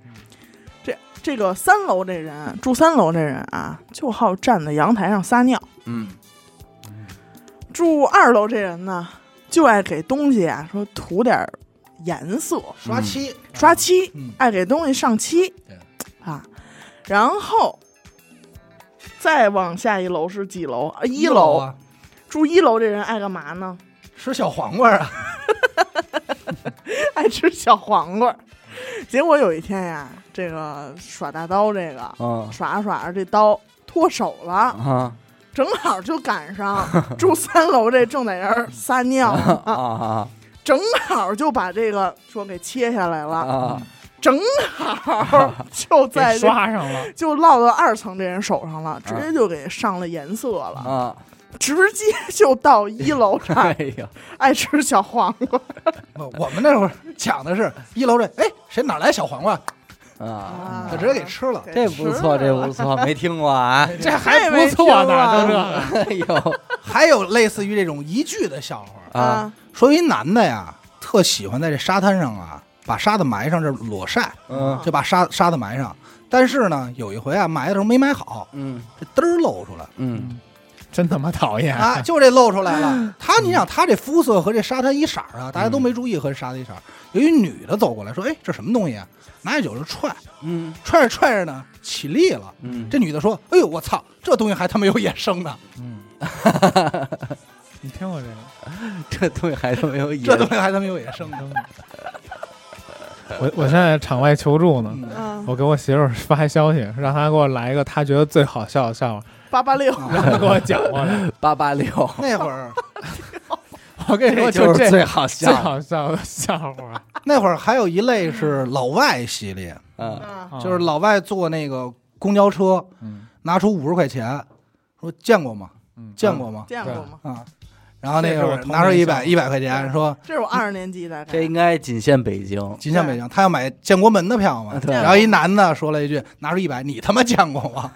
这这个三楼这人住三楼这人啊，就好站在阳台上撒尿。嗯住二楼这人呢，就爱给东西啊说涂点儿颜色，刷漆，刷，漆，嗯爱给东西上漆对，啊，然后再往下一楼是几楼？啊，一楼楼啊，住一楼这人爱干嘛呢？吃小黄瓜啊， 爱吃小黄瓜。结果有一天呀，这个耍大刀，这个哦啊耍着耍着这刀脱手了，啊正好就赶上 住三楼这正在那儿撒尿啊啊，啊正好就把这个说给切下来了，啊！正好 就哦给在这刷嗯上了，就落到二层这人手上了，直接就给上了颜色了，哦啊！直接就到一楼 这哎儿呀，爱吃小黄瓜我我们那会儿讲的是一楼这，哎，谁哪来小黄瓜？嗯啊，啊就直接给吃了。这不错，这不错，没听过啊！这还不错呢，都这个 哎呦还有类似于这种一句的笑啊，话，啊说一男的呀，特喜欢在这沙滩上啊，把沙子埋上，这裸晒，嗯就把沙沙子埋上。但是呢，有一回啊，埋的时候没埋好，嗯这嘚儿露出来嗯真他妈讨厌啊，就这露出来了。他，你想他这肤色和这沙滩一色儿啊，大家都没注意和这沙滩一色儿。啊有一女的走过来说：“哎，这什么东西啊？”拿起酒就踹，嗯踹着踹着呢，起立了。嗯，这女的说：“哎呦，我操，这东西还他妈有野生的，嗯，你听过这这个？东西还是没有意这东思。西还他妈有野生的。 我我现在场外求助呢， 嗯啊，我给我媳妇儿发消息，让她给我来一个她觉得最好笑的笑话，八八六啊让她给我讲过来。八八六，那会儿， 我跟你说，就这是最好 最笑。好笑的笑话，那会儿还有一类是老外系列，嗯啊，啊就是老外坐那个公交车，嗯拿出五十块钱，说见过吗？嗯见过吗？见过吗？啊，然后那这是我个童拿出年一笑话百一百块钱，说这是我二十年级的，这应该仅限北京。仅限北京，他要买建国门的票嘛啊。对然后一男的说了一句，拿出一百，你他妈见过吗？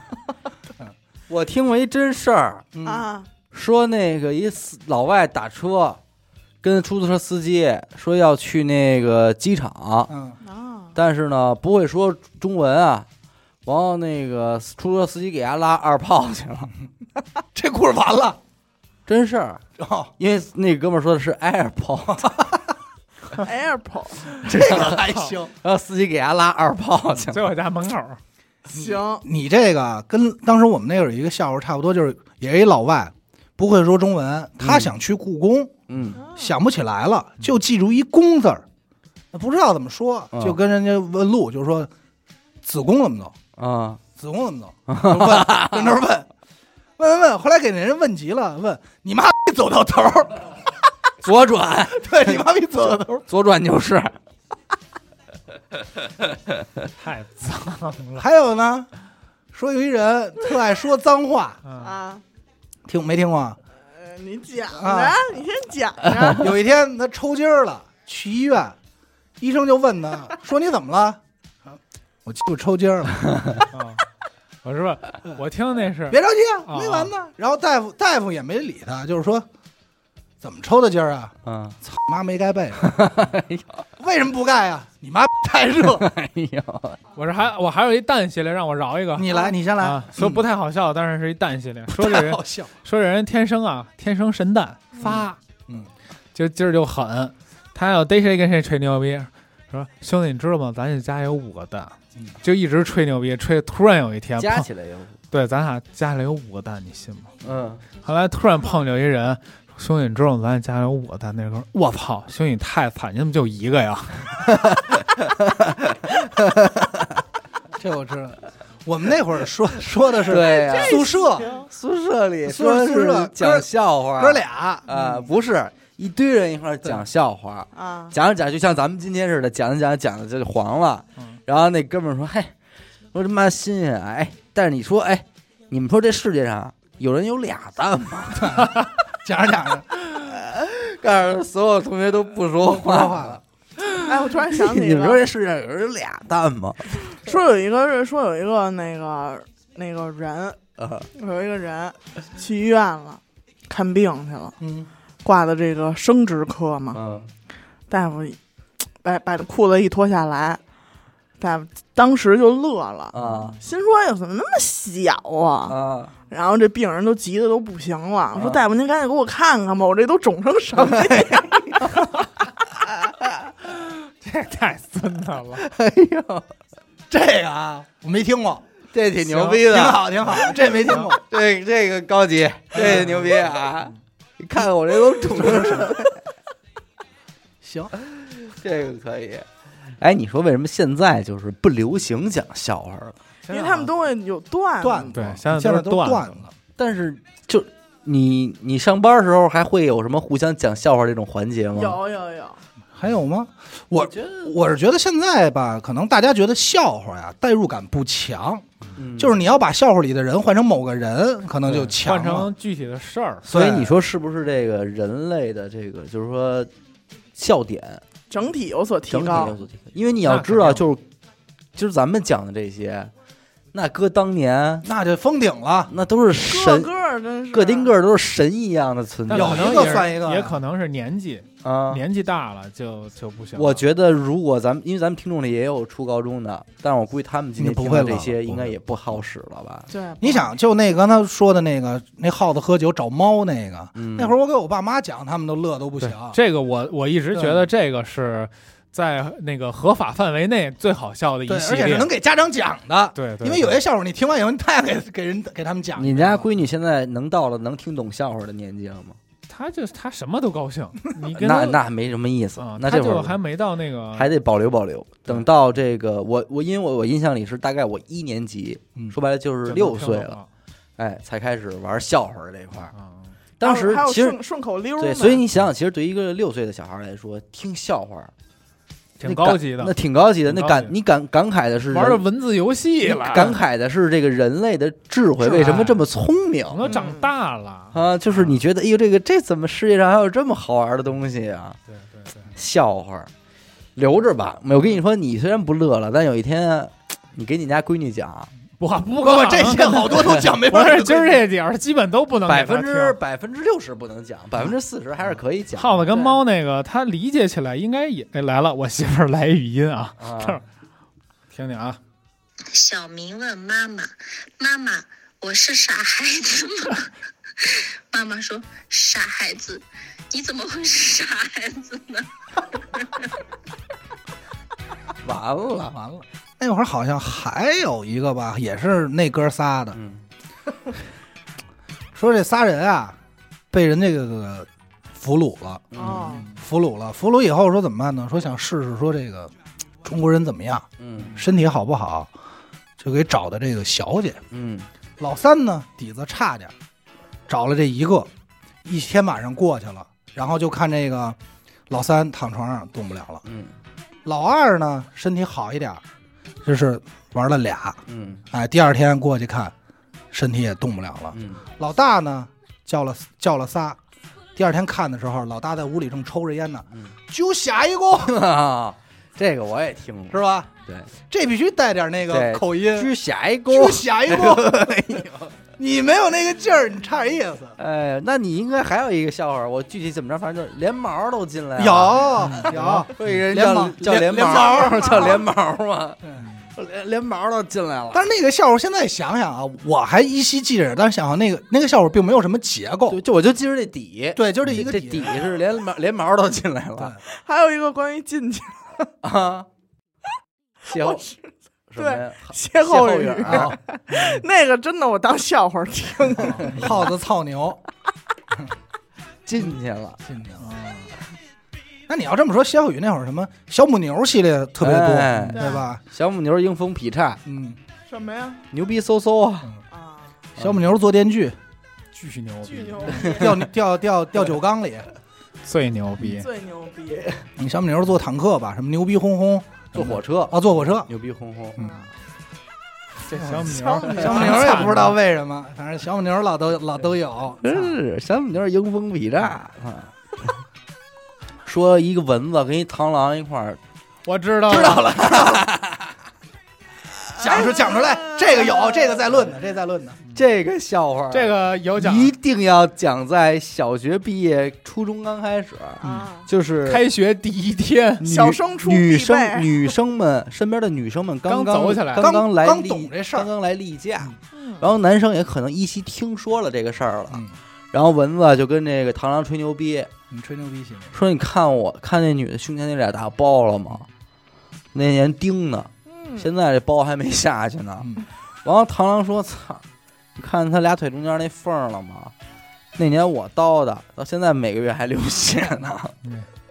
我听过一真事儿，嗯，啊，说那个一司老外打车，跟出租车司机说要去那个机场，嗯，啊，但是呢不会说中文啊，然后那个出租车司机给他拉二炮去了，这故事完了。真事儿。 哦，因为那哥们儿说的是 air 炮， AirPod 这个还行。 然后司机给他拉二炮去了。在我家门口儿，行，你这个跟当时我们那会儿有一个笑话差不多，就是也是一老外，不会说中文，他想去故宫，嗯想不起来了，就记住一“宫”字儿，不知道怎么说，嗯就跟人家问路，就说子宫怎么走，啊子宫怎么走，就问，跟那儿问，问问问，后来给人家问急了，问你妈逼走到头儿， 左转，对你妈逼走到头儿，左转就是。太脏了。还有呢，说有一人特爱说脏话，嗯啊，听没听过啊？呃你讲啊啊，你先讲啊有一天他抽筋儿了，去医院，医生就问他说：“你怎么了？”我就抽筋儿了，嗯， 我是不是我听那是别着急啊，啊没完呢。然后大夫大夫也没理他，就是说怎么抽的筋儿啊？ 嗯，操妈没 盖被子，哎为什么不盖啊？你妈太 热， 哎呦，我是还我还有一蛋系列，让我饶一个。你来，你先来嗯啊，，说不太好笑，但是是一蛋系列。说这太人好笑。说这人天生啊，天生神蛋发，嗯，就劲儿就狠。他要逮谁跟谁吹牛逼，说兄弟你知道吗？咱这家有五个蛋嗯，就一直吹牛逼，吹。突然有一天，加碰起来有，对，咱俩家里有五个蛋，你信吗？嗯，后来突然碰见一人，兄弟你知道吗？咱家里有五个蛋。那哥们儿，我操，兄弟你太惨，你怎么就一个呀？ 这我知道。我们那会儿说说的是对呀，啊宿舍宿舍里宿说宿舍是哥讲儿笑话，哥俩，啊，不是一堆人一块儿讲笑话，啊，讲着讲着就像咱们今天似的，讲着讲着讲着就黄了嗯。然后那哥们儿说：“嘿，我他妈新鲜啊！哎，但是你说，哎，你们说这世界上有人有俩蛋吗 讲着讲着？”告诉所有同学都不说不说话了了。哎，我突然想起你们了说，这世界上有人有俩蛋吗？ 说有一个说有一个那个那个人，呃，有一个人去医院了，看病去了，嗯，挂的这个生殖科嘛。嗯大夫把把裤子一脱下来，大夫当时就乐了，啊心说：“哎呦，怎么那么小啊？”啊，然后这病人都急得都不行了，说：“大夫，您赶紧给我看看吧，我这都肿成什么样哎这太孙子了。哎呦，这个啊，我没听过，这挺牛逼挺的，好，挺好，这没听过。这这个高级，这个牛逼啊！你看看我这都肿成什么 样，行，这个可以。哎，你说为什么现在就是不流行讲笑话了？？”因为他们都会有段段子子， 对，现现在都在是都段断子了。但是就你你上班时候还会有什么互相讲笑话这种环节吗？有有有，还有吗？我觉得，我是觉得现在吧，可能大家觉得笑话呀代入感不强，就嗯是是你要把笑话里的人换成某个人，可能对就嗯强换了。成具体的事儿。所以对你说是不是这个人类的这个就是说笑点整体有所提整体高有。所提高？因为你要知道，就是就是咱们讲的这些，那搁当年那就封顶了，那都是个神，个儿真是个丁个儿都是神一样的存在但有可能一个也是算一个也可能是年纪，啊。年纪大了就就不行了。我觉得，如果咱们因为咱们听众里也有初高中的，但是我估计他们今天你不听会的了这些，应不该会也不好使了吧？对，你想，就那刚才说的那个，那耗子喝酒找猫那个，嗯，那会儿我给我爸妈讲，他们都乐都不对行。这个我我一直觉得这个是在那个合法范围内最好笑的对，一系而且是列能。给家长讲的，对，对因为有对些笑话你听完以后，你太想给给人给他们讲。你家闺女现在能到了能听懂笑话的年纪了吗？他就他什么都 高兴，你跟那他那没什么意思啊，，那他这会就儿还没到那个还得保留保留。等到这个我我因为我我印象里是大概我一年级，嗯说白了就是六岁了，了哎，才开始玩笑话这一块儿。啊。当时还有其实顺顺口溜呢，对，所以你想想，其实对于一个六岁的小孩来说，听笑话挺那高感级的那，挺高级的。那挺高感级你感感慨的是玩的人文字游戏了，感慨的是这个人类的智慧智慧为什么这么聪明我都长大了。啊？就是你觉得哎呦，这个这怎么世界上还有这么好玩的东西啊？对对对，笑话，留着吧。我跟你说，你虽然不乐了，但有一天你给你家闺女讲，我不不过过这些好多都 讲没不法。是今儿这点儿基本都不能给百他分听之百分之六十不能讲，百分之四十还是可以讲。耗子跟对猫那个，他理解起来应该也哎来了。我媳妇儿来语音啊，啊，听听啊，小明问妈妈：“妈妈，我是傻孩子吗？” 妈妈说：“傻孩子，你怎么会是傻孩子呢？”完了，完了，那会儿好像还有一个吧，也是那哥仨的，嗯， 说这仨人啊，被人这个俘虏了，嗯哦，俘虏了，俘虏以后说怎么办呢？说想试试说这个中国人怎么样，嗯身体好不好，就给找的这个小姐。嗯老三呢底子差点儿，找了这一个，一天晚上过去了，然后就看这个老三躺床上动不了了。嗯老二呢身体好一点儿，就是玩了俩，嗯哎，第二天过去看，身体也动不了了。嗯 老大呢叫了叫了仨，第二天看的时候，老大在屋里正抽着烟呢嗯，就下一个啊，这个我也听过，是吧？对，这必须带点那个对哎口音，居下一就锅。下一 个，你没有那个劲儿，你差点意思。哎，那你应该还有一个笑话，我具体怎么着，反正就是连毛都进来了。啊有有，所以人连叫毛叫连毛连毛 叫连毛嘛对，连连毛都进来了。但是那个笑话现在想想啊，我还依稀记着，但是想想那个那个笑话并没有什么结构就，就我就记着这底，对，就是一个这底是连毛连毛都进来了还有一个关于进去啊。歇后我是什么呀？歇后后语语儿 啊，那个真的我当笑话听。 耗子操牛进去了，进去了。那你要这么说，歇后语那会儿什么小母牛系列特别多，哎对吧？小母牛迎风劈叉，嗯， 什么呀？牛逼嗖嗖啊！啊，小母牛做电锯，巨牛巨逼牛，掉掉掉掉酒缸里。最牛 逼，最牛逼！你小母牛坐坦克吧，什么牛逼轰轰坐火车，啊，坐火车。牛逼轰轰。这小米小米牛，小母牛也不知道为什么，反正小母牛老都老都有。是小母牛迎风劈叉啊！ 说一个蚊子跟一螳螂一块儿，我知道知道了，讲出讲出来，这个有，这个在论的，这在论的。这个笑话，这个有奖，一定要讲在小学毕业、初中刚开始，啊，就是开学第一天女小升初女必备生女生们身边的女生们刚刚走起来刚刚来刚例懂这事儿刚刚来例假，嗯然后男生也可能依稀听说了这个事儿了，嗯，然后蚊子就跟这个螳螂吹牛逼，你吹牛逼行。说你看我看那女的胸前那俩大包了吗？那年钉的，嗯，现在这包还没下去呢。嗯，然后螳螂说：“操，你看他俩腿中间那缝儿了吗？那年我刀的，到现在每个月还流血呢。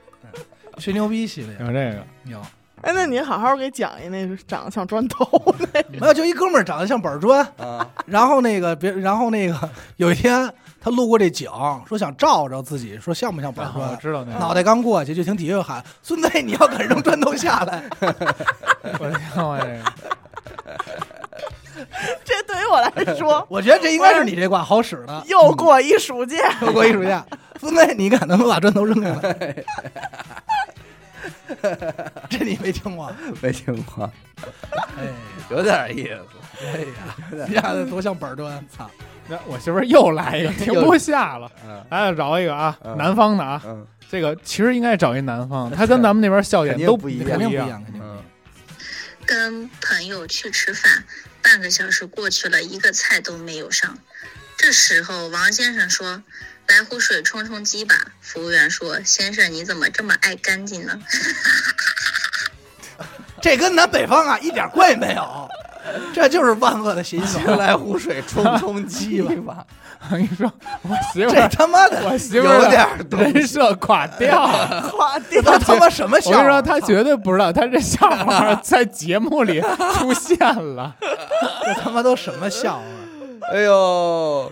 吹牛逼系列有这个，有，哎，那你好好给讲一那个长得像砖头那没有就一哥们儿长得像板砖，”啊，然后那个别，然后那个 有一天他路过这井，说想照照自己，说像不像板啊我砖。知道那个，脑袋刚过去，就听底下有喊：“孙子，你要敢扔砖头下来我哎听过这个， 这对于我来！”说 我觉得这应该是你这卦好使 的。又过一暑假， 又过艺术家，孙子，你敢能不能把砖头扔下来？ 这你没听过？没听过，哎有点意思。哎呀， 你俩多像板砖！操，那我媳妇儿又来一个，停不下了，嗯来找一个啊，嗯南方的啊，嗯这个其实应该找一南方，他跟咱们那边笑点肯定都不一样肯定不一样。样，肯定不一样。嗯，跟朋友去吃饭，半个小时过去了，一个菜都没有上。这时候，王先生说：“来壶水冲冲鸡吧。”服务员说：“先生，你怎么这么爱干净呢这跟南北方啊一点关系 没有，这就是万恶的谐音梗。来湖水冲冲击吧，我 跟你说，我媳妇这儿，他妈的， 我媳妇儿有点儿的人设垮掉了。 夸这掉都他妈什么我笑跟话？你啊说，他绝对不知道，他这笑话在节目里出现了。这他妈都什么笑话？哎呦，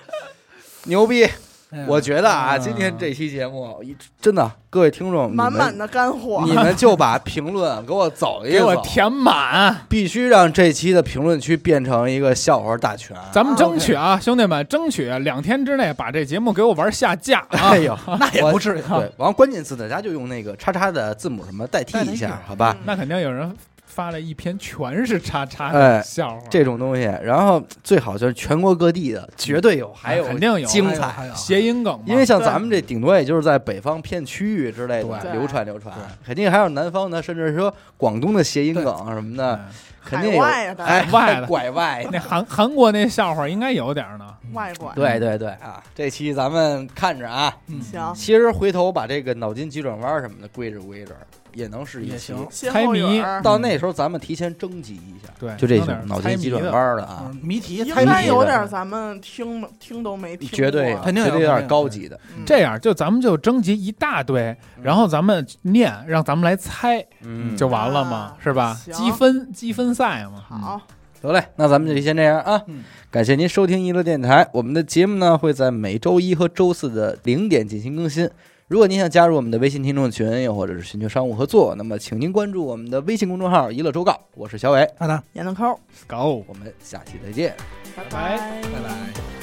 牛逼！哎呀我觉得啊，嗯今天这期节目一真的，各位听众，满满你的干 货们，你们就把评论给我走一给走，我填满，必须让这期的评论区变成一个笑话大全。咱们争取啊，兄弟们，争取两天之内把这节目给我玩下架啊！哎呦，那也不至于。 对，完关键词大家就用那个叉叉的字母什么代替一下，嗯好吧？ 那肯定有人发了一篇全是叉叉哎的笑话，这种东西，然后最好就是全国各地的，绝对有，还啊有肯定有精还有彩。还有，谐音梗嘛，因为像咱们这，顶多也就是在北方片区域之类的对流传流传对，肯定还有南方的，甚至说广东的谐音梗啊什么的，嗯肯定有海外的哎外 的拐外 的。那韩韩国那笑话应该有点儿呢。外拐。对对对啊，这期咱们看着啊，嗯行，其实回头把这个脑筋急转弯什么的归置归置，也能是一也期行。歇猜后谜语儿到那时候咱们提前征集一下，对，就这整点种儿脑猜筋急谜转的弯的啊，嗯谜题应猜谜该谜，有点咱们听听都没听过，绝对有肯定有绝对有肯定点有高级的。嗯这样，就咱们就征集一大堆，然后咱们念，让咱们来猜，嗯，就完了嘛啊，是吧？行积分积分赛嘛。好。得嘞，那咱们这期先这样啊。嗯感谢您收听娱乐电台，我们的节目呢会在每周一和周四的零点进行更新。如果您想加入我们的微信听众群，又或者是寻求商务合作，那么请您关注我们的微信公众号“娱乐周告”，啊我是小伟，看看，闫德抠， ，Go。我们下期再见。拜拜拜拜。